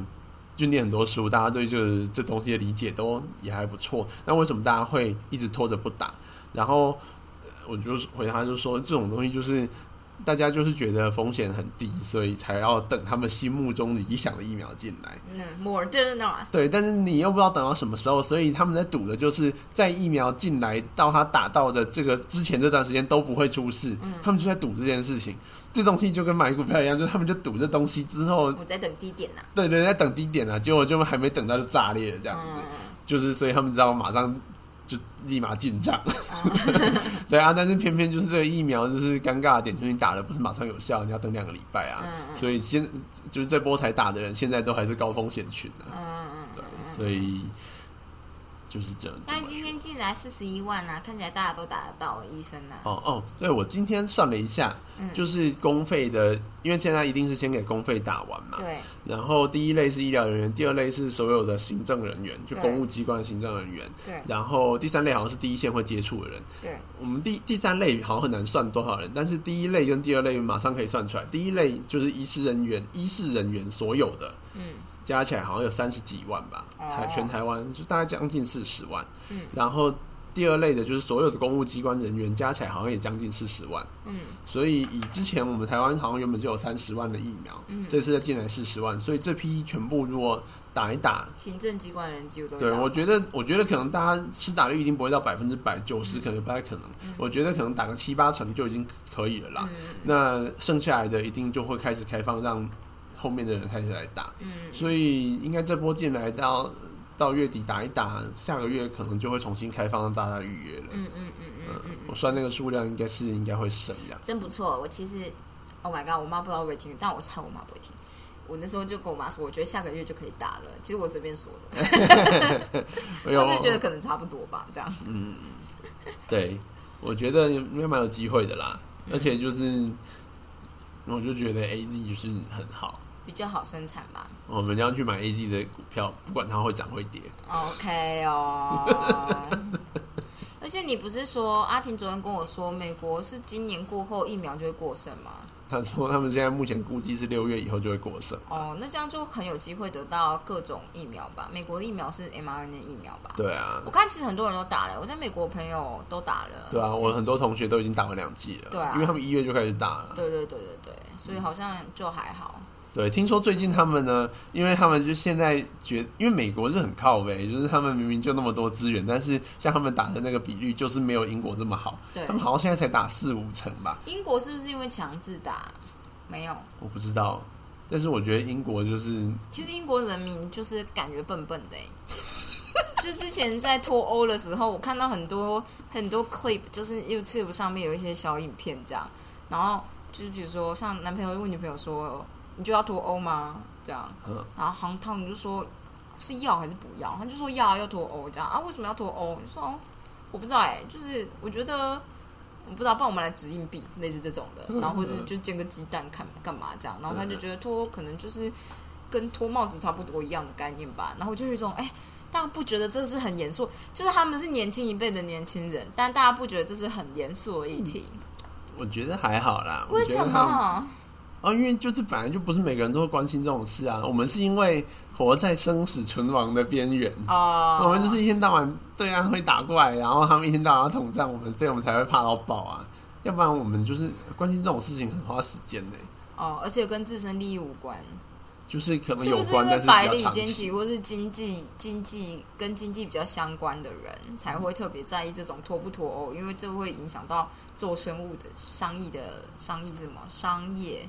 就念很多书，大家对就是这东西的理解都也还不错，那为什么大家会一直拖着不打？然后呃我就回他就说，这种东西就是大家就是觉得风险很低，所以才要等他们心目中理想的疫苗进来。嗯，莫尔真的啊，对，但是你又不知道等到什么时候，所以他们在赌的就是在疫苗进来到他打到的这个之前这段时间都不会出事，他们就在赌这件事情。这东西就跟买股票一样，就是他们就赌这东西之后，我在等低点啊呐、对对，在等低点啊，结果就还没等到就炸裂了这样子。嗯，就是所以他们知道马上就立马进账，对啊，但是偏偏就是这个疫苗就是尴尬的点，就是你打了不是马上有效，你要等两个礼拜啊，嗯嗯所以现就是这波才打的人，现在都还是高风险群啊，嗯对，所以就是这样。但今天进来四十一万啊，看起来大家都打得到医生呐、啊。哦哦，对我今天算了一下，嗯就是公费的，因为现在一定是先给公费打完嘛，对，然后第一类是医疗人员，第二类是所有的行政人员，就对公务机关的行政人员，对，然后第三类好像是第一线会接触的人。对，我们第第三类好像很难算多少人，但是第一类跟第二类马上可以算出来。第一类就是医师人员，医师人员所有的嗯加起来好像有三十几万吧，哦台全台湾就大概将近四十万。嗯然后第二类的就是所有的公务机关人员加起来好像也将近四十万。嗯所以以之前我们台湾好像原本就有三十万的疫苗，嗯这次再进来四十万，所以这批全部如果打一打，行政机关的人几乎都对，打我觉得，我觉得可能大家施打率一定不会到百分之百，九嗯十可能不太可能。我觉得可能打个七八成就已经可以了啦。嗯那剩下来的一定就会开始开放，让后面的人开始来打。嗯所以应该这波进来到到月底打一打，下个月可能就会重新开放让大家预约了。嗯嗯嗯嗯嗯，我算那个数量应该是应该会升 呀。真不错。我其实，Oh my god，我妈不知道会不会听，但我猜我妈不会听。我那时候就跟我妈说，我觉得下个月就可以打了。其实我随便说的，哎呦我就觉得可能差不多吧，这样。对，我觉得应该蛮有机会的啦。嗯而且就是，我就觉得 A Z 就是很好。比较好生产吧。我们要去买 A Z 的股票，不管它会涨会跌。 OK 哦。而且你不是说阿婷昨天跟我说，美国是今年过后疫苗就会过剩吗？他说他们现在目前估计是六月以后就会过剩。哦，那这样就很有机会得到各种疫苗吧？美国的疫苗是 mRNA 疫苗吧？对啊我，看其实很多人都打了，我在美国朋友都打了。对啊，我很多同学都已经打完两剂了，对啊因为他们一月就开始打了。对对对对对，所以好像就还好。对，听说最近他们呢，因为他们就现在觉，因为美国是很靠北，就是他们明明就那么多资源，但是像他们打的那个比率就是没有英国那么好，对他，们好像现在才打四五成吧，英国是不是因为强制打？没有，我不知道。但是我觉得英国就是其实英国人民就是感觉笨笨的、欸。就之前在脱欧的时候，我看到很多很多 clip，就是 YouTube 上面有一些小影片这样，然后就是比如说像男朋友问女朋友说：“你就要脱欧吗？”这样，嗯然后航汤你就说是要还是不要，他就说要啊要脱欧这样啊，为什么要脱欧？我就说哦，我不知道哎、就是我觉得我不知道，帮我们来掷硬币，类似这种的，嗯然后或是就煎个鸡蛋看干嘛这样，然后他就觉得脱欧可能就是跟脱帽子差不多一样的概念吧，然后我就有一种哎。大家不觉得这是很严肃，就是他们是年轻一辈的年轻人，但大家不觉得这是很严肃的议题，我觉得还好啦。嗯我为觉得什他们么？啊，因为就是本来就不是每个人都会关心这种事啊。我们是因为活在生死存亡的边缘，哦，我们就是一天到晚对岸会打过来，然后他们一天到晚要统战我们，所以我们才会怕到爆啊。要不然我们就是关心这种事情很花时间呢、哦，而且跟自身利益无关，就是可能是有不是因关，但为是白比较领长阶期。级或是经济经济跟经济比较相关的人才会特别在意这种脱不脱欧，因为这会影响到做生物的商议的商议什么商业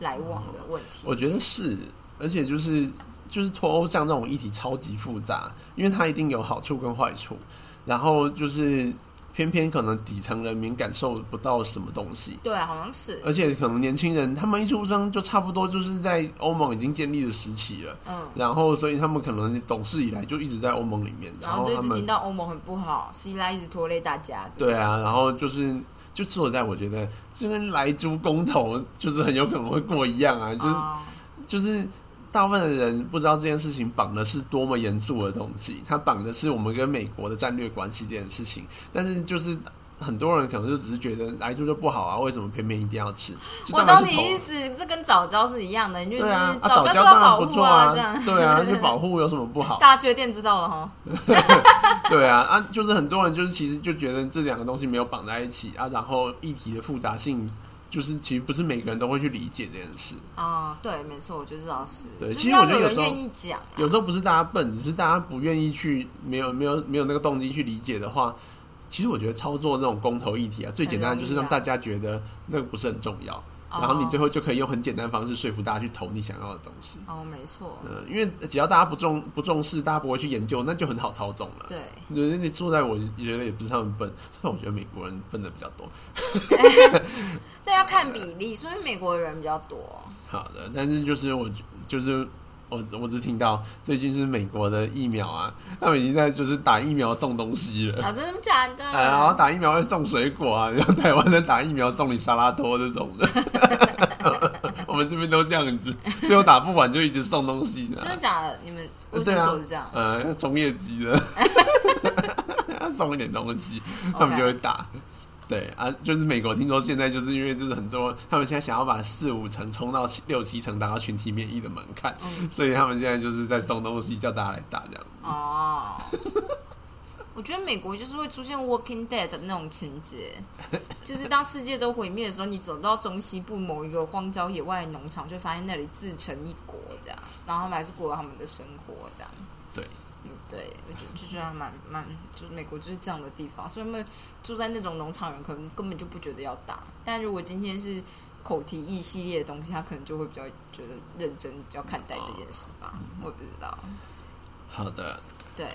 来往的问题。我觉得是，而且就是就是脱欧这样这种议题超级复杂，因为它一定有好处跟坏处，然后就是偏偏可能底层人民感受不到什么东西，对啊，好像是，而且可能年轻人他们一出生就差不多就是在欧盟已经建立的时期了，嗯，然后所以他们可能懂事以来就一直在欧盟里面，然后就一他直听们到欧盟很不好，希拉一直拖累大家。这种对，啊，然后就是。就所在，我觉得这跟莱猪公投就是很有可能会过一样啊，就是啊就是大部分的人不知道这件事情绑的是多么严肃的东西，它绑的是我们跟美国的战略关系这件事情。但是就是很多人可能就只是觉得来猪就不好啊，为什么偏偏一定要吃？就我当然懂是你投意思，这跟早教是一样的，你就对是啊，啊教教就要保当然不护错啊这 样。，对 啊，就保护有什么不好？大家缺电知道了哈，对啊，啊，就是很多人就是其实就觉得这两个东西没有绑在一起啊，然后议题的复杂性。就是其实不是每个人都会去理解这件事，啊，对，没错，我觉得是老师，对就是其实我觉要得有有人时候愿意讲啊，有时候不是大家笨，只是大家不愿意去，没有没有没有那个动机去理解的话，其实我觉得操作这种公投议题啊，最简单的就是让大家觉得那个不是很重要，哦然后你最后就可以用很简单的方式说服大家去投你想要的东西。哦，没错，嗯、因为只要大家不重不重视，大家不会去研究，那就很好操纵了。对，对，你坐在我觉得也不是他们笨， 但我觉得美国人笨的比较多。但要看比例，所以美国人比较多，好的，但是就是我就是我我只听到最近是美国的疫苗啊，他们已经在就是打疫苗送东西了。啊，真的假的？ 哎，然后打疫苗会送水果啊，然后台湾在打疫苗送你沙拉托这种 的，我们这边都这样子，最后打不完就一直送东西的、真的啊。假的？你们卫对生啊所是这样，呃，中业机 的，送一点东西， 他们就会打。对啊，就是美国听说现在就是因为就是很多，他们现在想要把四五层冲到七六七层，达到群体免疫的门槛，嗯所以他们现在就是在送东西，叫大家来打这样。哦。我觉得美国就是会出现 Walking Dead 的那种情节，就是当世界都毁灭的时候，你走到中西部某一个荒郊野外的农场，就发现那里自成一国这样，然后他们还是过了他们的生活这样。对，嗯，对，我觉就觉得还蛮蛮，就是美国就是这样的地方，所以他们住在那种农场人可能根本就不觉得要打，但如果今天是口蹄疫系列的东西，他可能就会比较觉得认真要看待这件事吧，我也不知道。好的，对，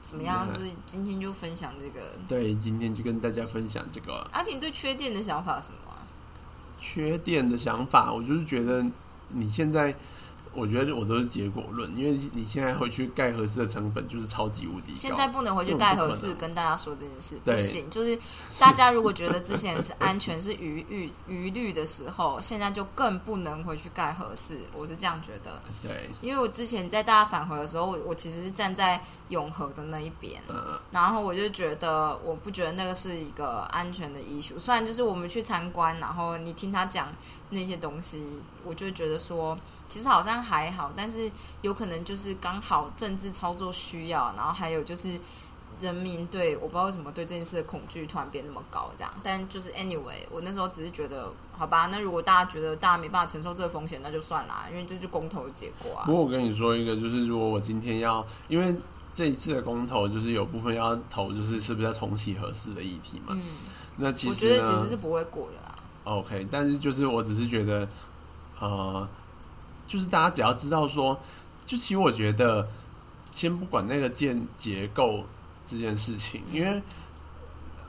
怎么样？嗯就是今天就分享这个。对，今天就跟大家分享这个阿婷对缺电的想法是什么啊、缺点的想法，我就是觉得你现在，我觉得我都是结果论，因为你现在回去盖合适的成本就是超级无敌高。现在不能回去盖合适，跟大家说这件事对不行。就是大家如果觉得之前是安全是余裕余虑的时候，现在就更不能回去盖合适。我是这样觉得，对，因为我之前在大家返回的时候，我我其实是站在永和的那一边，呃，然后我就觉得，我不觉得那个是一个安全的 issue。虽然就是我们去参观，然后你听他讲那些东西，我就觉得说，其实好像还好，但是有可能就是刚好政治操作需要，然后还有就是人民对我不知道为什么对这件事的恐惧突然变那么高，这样。但就是 anyway，我那时候只是觉得，好吧，那如果大家觉得大家没办法承受这个风险，那就算啦，因为这就公投的结果啊不。过我跟你说一个，就是如果我今天要，因为这一次的公投就是有部分要投，就是是不是要重启合适的议题嘛？嗯，那其我实觉呢得其实是不会过的啦。 OK，但是就是我只是觉得，呃，就是大家只要知道说，就其实我觉得，先不管那个建结构这件事情，因为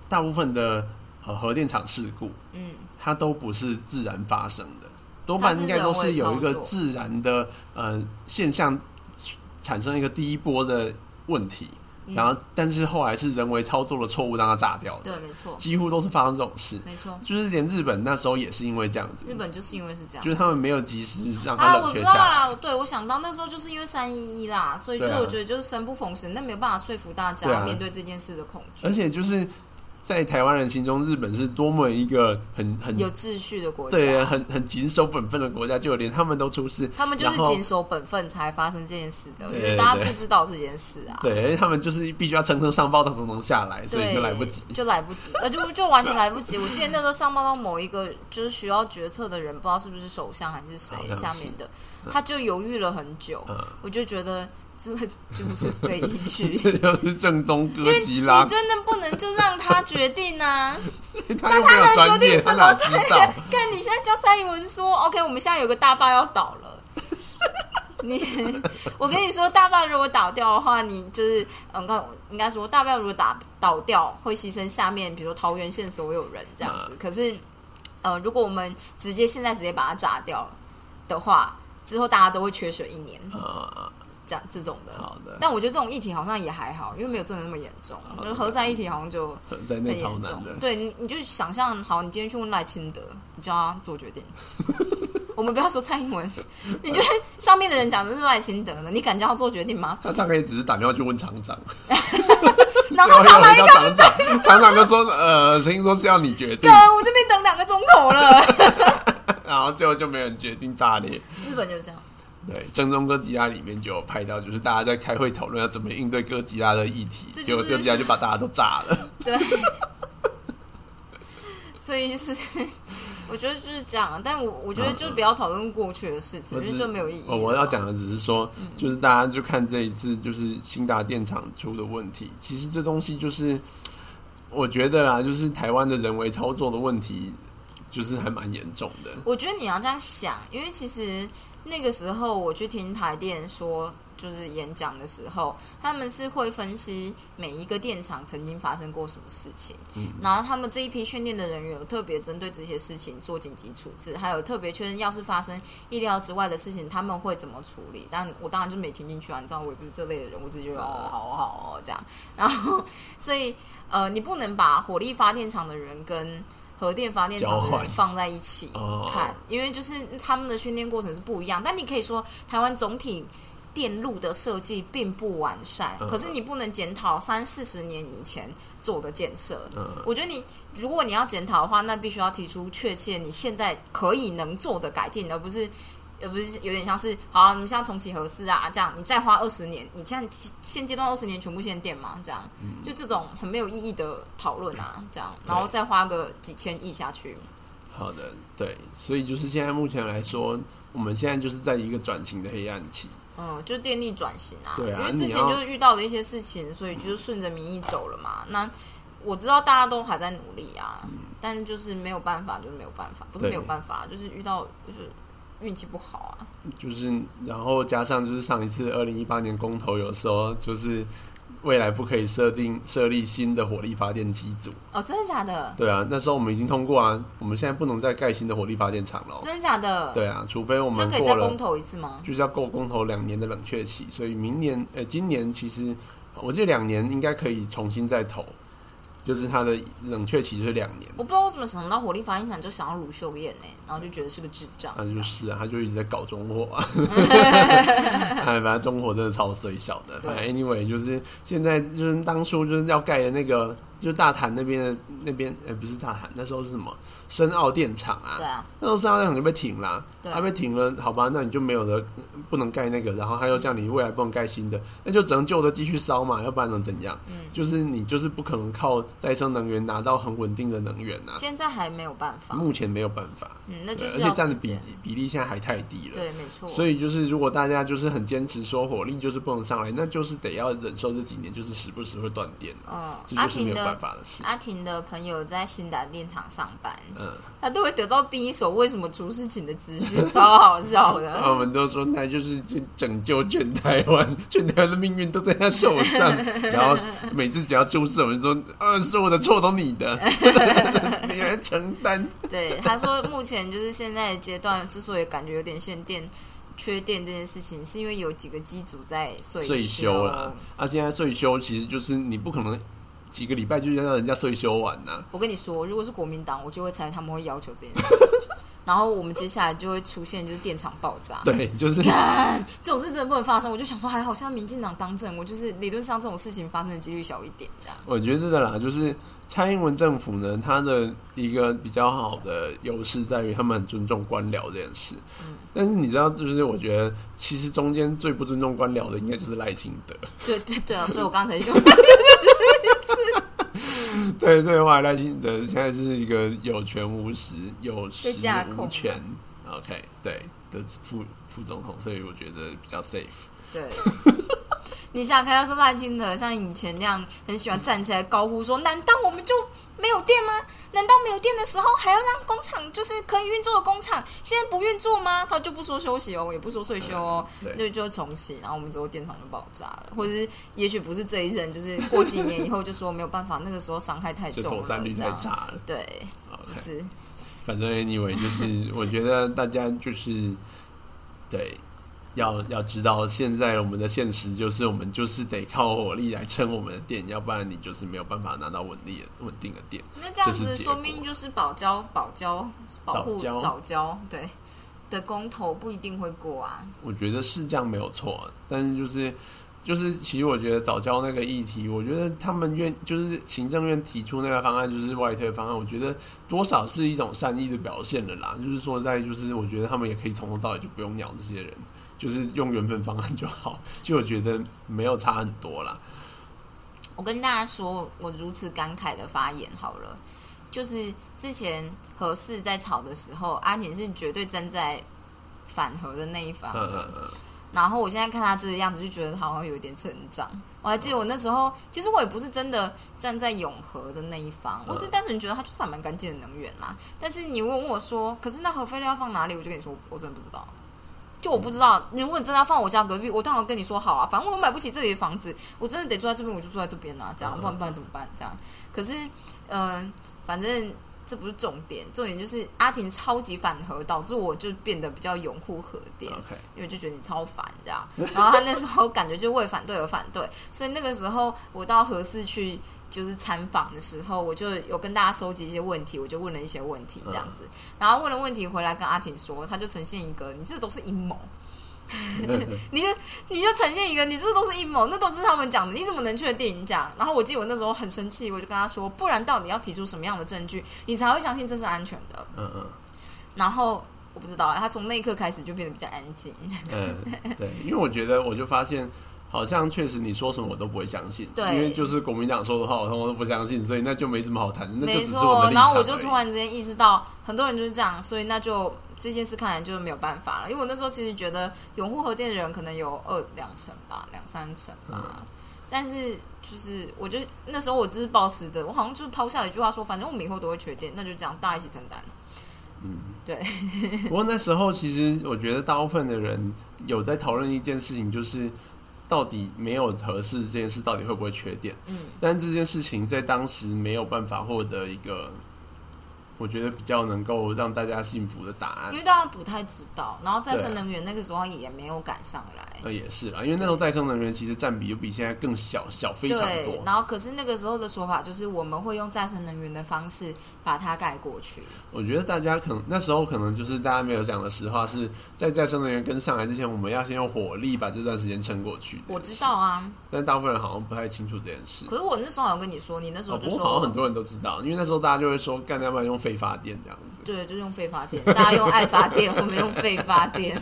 大部分的呃核电厂事故，嗯，它都不是自然发生的，多半应该都是有一个自然的呃现象产生一个第一波的问题，嗯然后但是后来是人为操作的错误让它炸掉的，对，没错，几乎都是发生这种事。没错。就是连日本那时候也是因为这样子，日本就是因为是这样就是他们没有及时让嗯它啊，我冷知却道下来。啦，对我想到那时候就是因为三一一啦，所以就对啊我觉得就是生不逢时，那没有办法说服大对家啊面对这件事的恐惧。而且就是在台湾人心中，日本是多么一个很很有秩序的国家，对啊很很谨守本分的国家，就连他们都出事，他们就然是后谨守本分才发生这件事的，对因为大家对不知道这件事啊， 对，因为他们就是必须要层层上报到层层下来，所以对，就来不及。就来不及，呃，就就完全来不及。我记得那时候上报到某一个就是需要决策的人，不知道是不是首相还是谁好像是下面的，他就犹豫了很久。嗯，我就觉得这个就是被 依据 这就是正宗哥吉拉你，真的不能就让他决定啊！ 他又没有专业，他但他哪知道？看哦你现在叫蔡英文说，OK，我们现在有个大坝要倒了。 你，我跟你说，大坝如果倒掉的话，你就是，嗯，刚应该说，大坝如果打倒掉，会牺牲下面，比如说桃园县所有人这样嗯子。可是，呃，如果我们直接现在直接把它炸掉的话，之后大家都会缺水一年，啊，这样这种的。好的，但我觉得这种议题好像也还好，因为没有真的那么严重。我觉得合在一体好像就在那很超严难重的。。对你，你就想象好，你今天去问赖清德，你叫他做决 定。我们不要说蔡英文，你觉得上面的人讲的是赖清德呢？你敢叫他做决定 吗？他大概只是打电话去问厂长，然后找 来一到个，厂长，厂长就说：“呃，听说是要你决定。我这边等两个钟头 了。”然后最后就没有人决定炸裂。日本就是这样，对，正宗哥吉拉里面就有拍到，就是大家在开会讨论要怎么应对哥吉拉的议题，这结就果是哥吉拉就把大家都炸了。对。所以就是， 我觉得就是这样。但我我觉得就是不要讨论过去的事情，因为这没有意义。啊嗯我哦我要讲的只是说，就是大家就看这一次就是新达电厂出的问题，其实这东西就是我觉得啦，就是台湾的人为操作的问题，就是还蛮严重的。我觉得你要这样想，因为其实那个时候我去听台电说，就是演讲的时候，他们是会分析每一个电厂曾经发生过什么事情，嗯然后他们这一批训练的人员有特别针对这些事情做紧急处置，还有特别确认要是发生意料之外的事情，他们会怎么处理。但我当然就没听进去啊，你知道我也不是这类的人，我只是觉得哦，好哦好哦这样，然后所以呃，你不能把火力发电厂的人跟核电发电厂交的换人放在一起哦看，因为就是他们的训练过程是不一样。但你可以说台湾总体电路的设计并不完善，嗯可是你不能检讨三四十年以前做的建设。嗯，我觉得你如果你要检讨的话，那必须要提出确切你现在可以能做的改进，而不是。而不是有点像是，好、啊，你们现在重启核四啊，这样你再花二十年，你现在现阶段二十年全部限电嘛，这样，就这种很没有意义的讨论啊，这样，然后对再花个几千亿下去，好的，对，所以就是现在目前来说，我们现在就是在一个转型的黑暗期。嗯，就电力转型啊，对啊因为之前你要就是遇到了一些事情，所以就是顺着民意走了嘛。那我知道大家都还在努力啊，但是就是没有办法，就是没有办法，不是对没有办法，就是遇到就是运气不好啊。就是，然后加上就是上一次二零一八年公投有说，就是未来不可以设定设立新的火力发电机组。哦，真的假的？对啊，那时候我们已经通过啊，我们现在不能再盖新的火力发电厂了。真的假的？，对啊，除非我那们可以过再公了，投一次吗？就是要过公投两年的冷却期，所以明年呃，今年其实呃我记得两年应该可以重新再投，就是它的冷却期就是两年。我不知道为什么想到火力发电厂就想到卢秀燕呢、然后就觉得是个智障。那就是啊，他就一直在搞中火啊，哎，反正中火真的超衰小的。对反正 anyway，就是现在就是当初就是要盖的那个，就是大潭那边的那边，哎、不是大潭，那时候是什么深澳电厂啊？对啊，那时候深澳电厂就被停啦，对啊被停了，好吧，那你就没有了，不能盖那个，然后他又叫你未来不能盖新的，那就只能旧的继续烧嘛，要不然能怎样？嗯就是你就是不可能靠再生能源拿到很稳定的能源啊，现在还没有办法。目前没有办法。嗯，啊那就对，是而且要占的时比间比例现在还太低了。对，没错。所以就是，如果大家就是很坚持说火力就是不能上来，那就是得要忍受这几年，就是时不时会断电啊，嗯，这阿就是没婷有的办法的事。阿婷的朋友在新达电厂上班，嗯，他都会得到第一手为什么出事情的资讯，超好笑 那我的。们都说那就是去拯救全台湾，全台湾的命运都在他手上。然后每次只要出事，我们就说，呃，是我的错，都你的， 你来承担。对，他说目前就是现在的阶段，之所以感觉有点限电、缺电这件事情，是因为有几个机组在岁税休休啦。，啊，现在税休其实就是你不可能几个礼拜就让人家税休完呐、啊 我跟你说，如果是国民党，我就会猜他们会要求这件事。然后我们接下来就会出现就是电厂爆炸。对，就是干 这种事真的不能发生，我就想说，还好像民进党当政，我就是理论上这种事情发生的几率小一点，这 样。我觉得啦，就是蔡英文政府呢，它的一个比较好的优势在于他们很尊重官僚这件事。嗯但是你知道，就是我觉得其实中间最不尊重官僚的，应该就是赖清德。 对对对啊，所以我刚才就对对，后来赖清德现在是一个有权无实、有实被架空无权。OK，对的副副总统，所以我觉得比较 safe。对。 你想想看，要是赖清德像以前那样很喜欢站起来高呼说：“难道我们就没有电吗？难道没有电的时候还要让工厂就是可以运作的工厂现在不运作吗？”他就不说休息哦，也不说退休哦，对，就就重启，然后我们之后电厂就爆炸了，或者是也许不是这一任，就是过几年以后就说没有办法，那个时候伤害太 就重投了，三率这太样差了。对， OK，就是反正 anyway，就是我觉得大家就是对。要要知道，现在我们的现实就是，我们就是得靠火力来撑我们的电，要不然你就是没有办法拿到稳定的稳定的电。那这样这子是结说果明就是保交、保交、保护早交早交对的公投不一定会过啊。我觉得是这样没有错啊，但是就是就是，其实我觉得早教那个议题，我觉得他们愿就是行政院提出那个方案，就是外推方案，我觉得多少是一种善意的表现了啦。就是说在就是，我觉得他们也可以从头到尾就不用鸟这些人，就是用原本方案就好，就我觉得没有差很多啦。我跟大家说，我如此感慨的发言好了，就是之前何氏在吵的时候，阿田是绝对站在反核的那一方，嗯嗯嗯，然后我现在看他这个样子，就觉得他好像有点成长。我还记得我那时候，其实我也不是真的站在永和的那一方，我是单纯觉得他就是还蛮干净的能源啦。但是你问我说，可是那核废料要放哪里？我就跟你说，我真的不知道。就我不知道，如果你真的要放我家隔壁，我当然跟你说好啊。反正我买不起这里的房子，我真的得住在这边，我就住在这边啊。这样，嗯不然不然怎么办？这样。可是，嗯、反正这不是重点，重点就是阿婷超级反核，导致我就变得比较拥护核电。 OK，因为就觉得你超烦这样。然后他那时候感觉就为反对而反对，所以那个时候我到合适去就是参访的时候，我就有跟大家收集一些问题，我就问了一些问题这样子，然后问了问题回来跟阿婷说，他就呈现一个你这都是阴谋。 你就你就呈现一个，你这都是阴谋，那都是他们讲的，你怎么能确定这样？然后我记得我那时候很生气，我就跟他说，不然到底要提出什么样的证据，你才会相信这是安全的？嗯嗯然后我不知道啊，他从那一刻开始就变得比较安静。嗯，对，因为我觉得我就发现。好像确实你说什么我都不会相信，对因为就是国民党说的话我通通都不相信，所以那就没什么好谈的，那就没只是我的错，立然场后我而就已突然之间意识到，很多人就是这样，所以那就这件事看来就是没有办法了。因为我那时候其实觉得拥护核电的人可能有二两成吧，两三成吧。嗯但是就是，我就那时候我只是保持的，我好像就是抛下了一句话说，反正我们以后都会缺电，那就这样，大家一起承担。不过那时候其实我觉得大部分的人有在讨论一件事情，就是到底没有合适这件事到底会不会缺点。嗯，但这件事情在当时没有办法获得一个，我觉得比较能够让大家幸福的答案因。为大家不太知道，然后再对生啊能源那个时候也没有赶上来。那也是啦，因为那时候再生能源其实占比又比现在更小，小非常对，多。然后可是那个时候的说法就是，我们会用再生能源的方式把它盖过去。我觉得大家可能那时候可能就是大家没有讲的实话是，在再生能源跟上来之前，我们要先用火力把这段时间撑过去。我知，道啊，但大部分人好像不太清楚这件事。可是我那时候好像跟你说，你那时候哦，就不说，过好像很多人都知道，因为那时候大家就会说，干要不然用废发电这样子。对，就用废发电， 大家用爱发电，我们用废发电。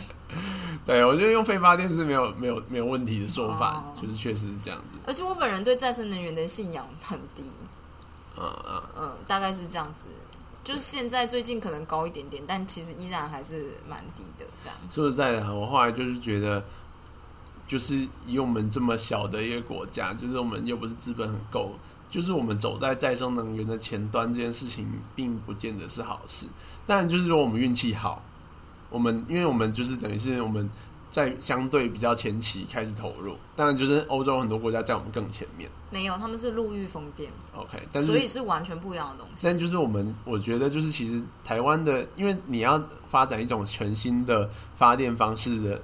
对，我觉得用废发电是没有没有没有问题的说法，哦就是确实是这样子。而且我本人对再生能源的信仰很低，嗯嗯，嗯，大概是这样子。呃就是现在最近可能高一点点，但其实依然还是蛮低的。这样，说实在的啊，我后来就是觉得，就是以我们这么小的一个国家，就是我们又不是资本很够，就是我们走在再生能源的前端这件事情，并不见得是好事。但就是说我们运气好，我们因为我们就是等于是我们在相对比较前期开始投入，当然就是欧洲很多国家在我们更前面。没有，他们是陆域风电， OK，但所是以是完全不一样的东西。但就是我们，我觉得就是其实台湾的，因为你要发展一种全新的发电方式的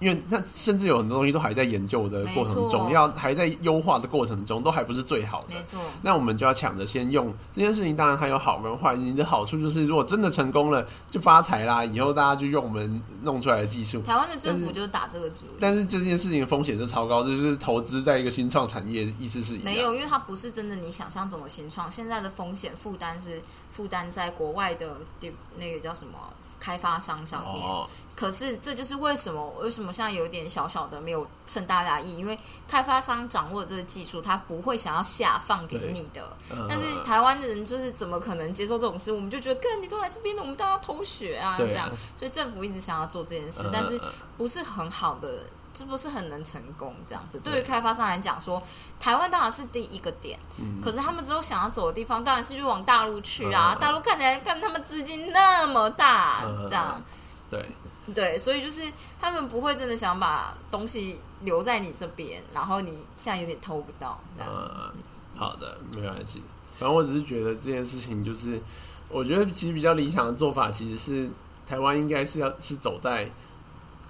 因为那甚至有很多东西都还在研究的过程没错中，要还在优化的过程中，都还不是最好的没。错，那我们就要抢着先用这件事情，当然它有好跟坏。你的好处就是，如果真的成功了，就发财啦，以后大家就用我们弄出来的技术。台湾的政府就是打这个主意，但是这件事情的风险就超高，就是投资在一个新创产业，意思是一样。没有，因为它不是真的你想象中的新创，现在的风险负担是负担在国外的地那个叫什么开发商上面。哦，可是这就是为什么为什么现在有点小小的没有趁大家意，因为开发商掌握这个技术，他不会想要下放给你的。嗯但是台湾的人就是怎么可能接受这种事？我们就觉得，哥，你都来这边了，我们当然要偷学啊，对啊这样。所以政府一直想要做这件事，嗯但是嗯不是很好的，就不是很能成功这样子。对对于开发商来讲，说台湾当然是第一个点，嗯可是他们之后想要走的地方当然是就往大陆去啊。嗯嗯大陆看起来，看他们资金那么大，嗯嗯嗯这样。对，对，所以就是他们不会真的想把东西留在你这边，然后你现在有点偷不到。这样嗯，好的，没关系。反正我只是觉得这件事情，就是我觉得其实比较理想的做法，其实是台湾应该是要是走在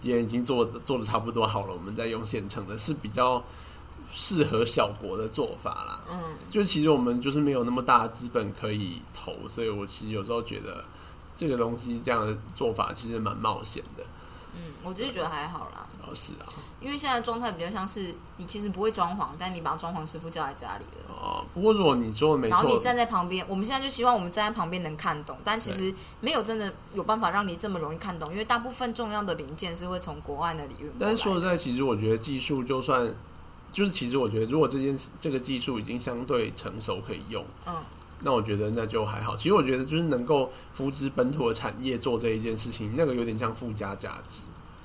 别人已经做做的差不多好了，我们再用现成的，是比较适合小国的做法啦。嗯，就其实我们就是没有那么大的资本可以投，所以我其实有时候觉得这个东西这样的做法其实蛮冒险的。嗯，我就是觉得还好啦，哦，是啊，因为现在的状态比较像是你其实不会装潢，但你把装潢师傅叫来家里了。哦，不过如果你说的没然后你错，站在旁边，我们现在就希望我们站在旁边能看懂，但其实没有真的有办法让你这么容易看懂，因为大部分重要的零件是会从国外那里运过但来。是说实在，其实我觉得技术就算，就是其实我觉得，如果这件事这个技术已经相对成熟可以用，嗯，那我觉得那就还好。其实我觉得就是能够扶植本土的产业做这一件事情，那个有点像附加价值。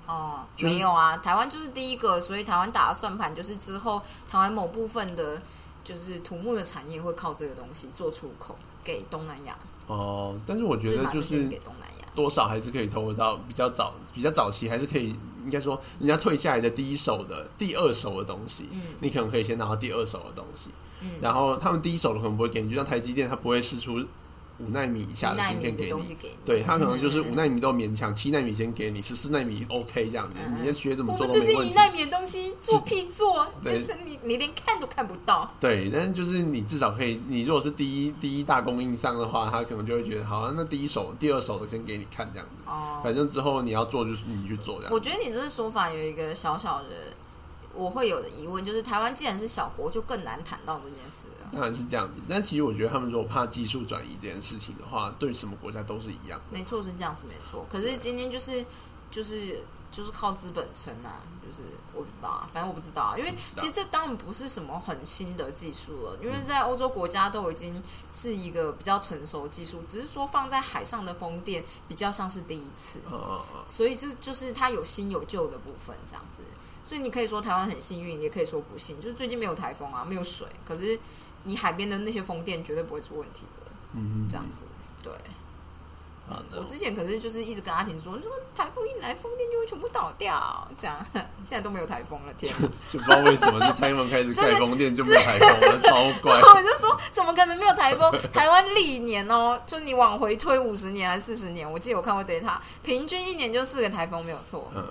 哦，就是没有啊，台湾就是第一个，所以台湾打的算盘就是之后台湾某部分的，就是土木的产业会靠这个东西做出口给东南亚，哦、但是我觉是得把就这是些给东南亚。多少还是可以投得到，比较早比较早期还是可以，应该说人家退下来的第一手的、第二手的东西，嗯你可能可以先拿到第二手的东西，嗯然后他们第一手的可能不会给你，就像台积电，它不会试出五纳米以下一的纳晶米片的给东西你。给你，对它可能就是嗯嗯嗯五纳米都勉强，七纳米先给你，十四纳米 OK 这样子，嗯你先学怎么我做们都就没是问一题。纳米的东西做屁做，就 对是你你连看都看不到。对，但是就是你至少可以，你如果是第一第一大供应商的话，他可能就会觉得好、啊，那第一手、第二手的先给你看这样子，哦，反正之后你要做就是你去做这样子。我觉得你这个说法有一个小小的，我会有的疑问，就是台湾既然是小国，就更难谈到这件事了。当然是这样子，但其实我觉得他们如果怕技术转移这件事情的话，对什么国家都是一样。没错，是这样子，没错。可是今天就是就是就是靠资本撑啊，就是我不知道啊，反正我不知道啊，因为道其实这当然不是什么很新的技术了，因为在欧洲国家都已经是一个比较成熟的技术，只是说放在海上的风电比较像是第一次，呃，所以这就是它有新有旧的部分这样子。所以你可以说台湾很幸运，也可以说不幸，就是最近没有台风啊，没有水，可是你海边的那些风电绝对不会出问题的，嗯这样子，对。好我的，之前可是就是一直跟阿婷说，如果台风一来，风电就会全部倒掉，这样 现在都没有台风了，天啊！就不知道为什么，就台风开 始真的盖风店就没有台风了，超 怪然。 后我就说，怎么可能没有台风？ 台湾历年哦，就你往回推五十年还是四十年，我记得我看过 data，平均一年就四个台风，没有错。嗯，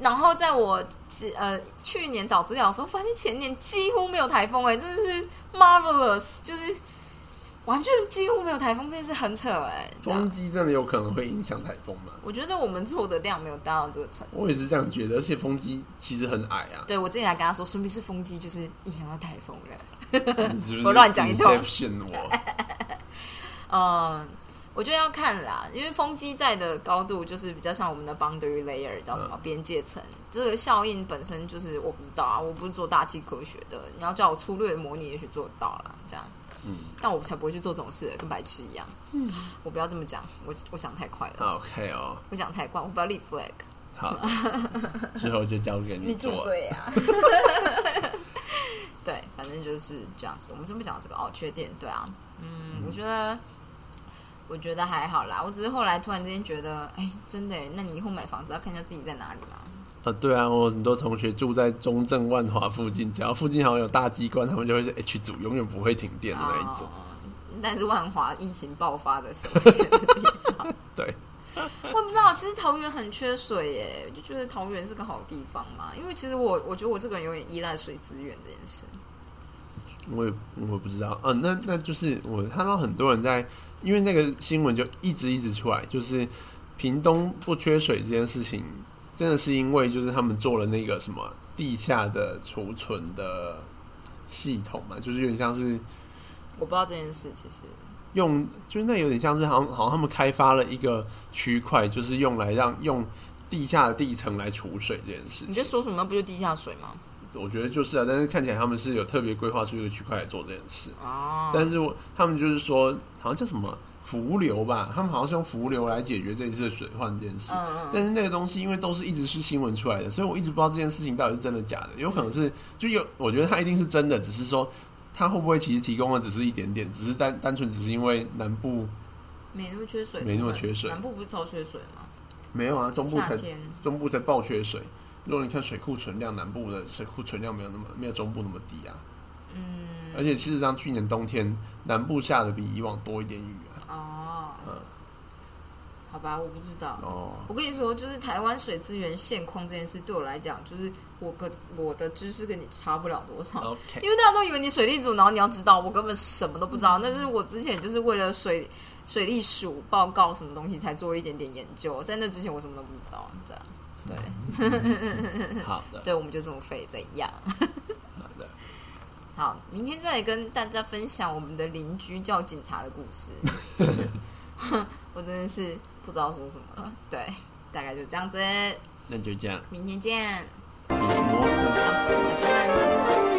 然后在我其呃去年找资料的时候，发现前年几乎没有台风、哎，真的是 marvelous，就是完全几乎没有台风，这件事很扯哎、这风样，机真的有可能会影响台风吗？我觉得我们做的量没有达到这个程度。我也是这样觉得，而且风机其实很矮 啊，对我之前还跟他说，说明是风机就是影响到台风了。你是不是？我乱讲一通 Inception 我，嗯，我觉得要看啦，因为风机在的高度就是比较像我们的 boundary layer，叫什么边界层。这个效应本身就是我不知道啊，我不是做大气科学的，你要叫我粗略模拟，也许做得到啦，这样。嗯，但我才不会去做这种事，跟白痴一样。嗯，我不要这么讲，我我讲太快了，好 OK 哦，我讲太快，我不要立 flag。 好，之后就交给你做。嘴啊！ 对，反正就是这样子。我们这么讲这个哦，缺点对啊，嗯，我觉得我觉得还好啦。我只是后来突然之间觉得，哎、真的耶，那你以后买房子要看一下自己在哪里嘛。啊，对啊，我很多同学住在中正万华附近，只要附近好像有大机关，他们就会是 H 组，永远不会停电的那一种。 哦但是万华疫情爆发的首选的地方。对，我也不知道，其实桃园很缺水耶，我就觉得桃园是个好地方嘛。因为其实我我觉得我这个人有点依赖水资源这件事。我也我不知道，嗯、那那就是我看到很多人在，因为那个新闻就一直一直出来，就是屏东不缺水这件事情，真的是因为就是他们做了那个什么地下的储存的系统嘛，就是有点像是我不知道这件事，其实用，就是那有点像是好像好像他们开发了一个区块，就是用来让用地下的地层来储水这件事你在情，说什么？那不就地下水吗？我觉得就是啊，但是看起来他们是有特别规划出一个区块来做这件事。哦，但是我他们就是说，好像叫什么浮流吧，他们好像是用浮流来解决这一次的水患这件事。嗯嗯，但是那个东西，因为都是一直是新闻出来的，所以我一直不知道这件事情到底是真的假的。有可能是就有，我觉得它一定是真的，只是说它会不会其实提供的只是一点点，只是单单纯只是因为南部没那么缺水，没那么缺水南部不是超缺水吗？没有啊，中部夏才天中部才爆缺水。如果你看水库存量，南部的水库存量没有那么没有中部那么低啊。嗯，而且事实上去年冬天南部下的比以往多一点雨啊。哦，嗯好吧，我不知道。哦，我跟你说，就是台湾水资源现况这件事，对我来讲，就是我跟我的知识跟你差不了多少。 OK，因为大家都以为你水利组，然后你要知道，我根本什么都不知道。但是我之前就是为了水水利署报告什么东西才做了一点点研究，在那之前我什么都不知道，这样。对，好的，对，我们就这么废，怎样？好的，好，明天再来跟大家分享我们的邻居叫警察的故事。 我真的是不知道说什么了，对，大概就这样子，那就这样，明天见，你是摩登好，拜拜。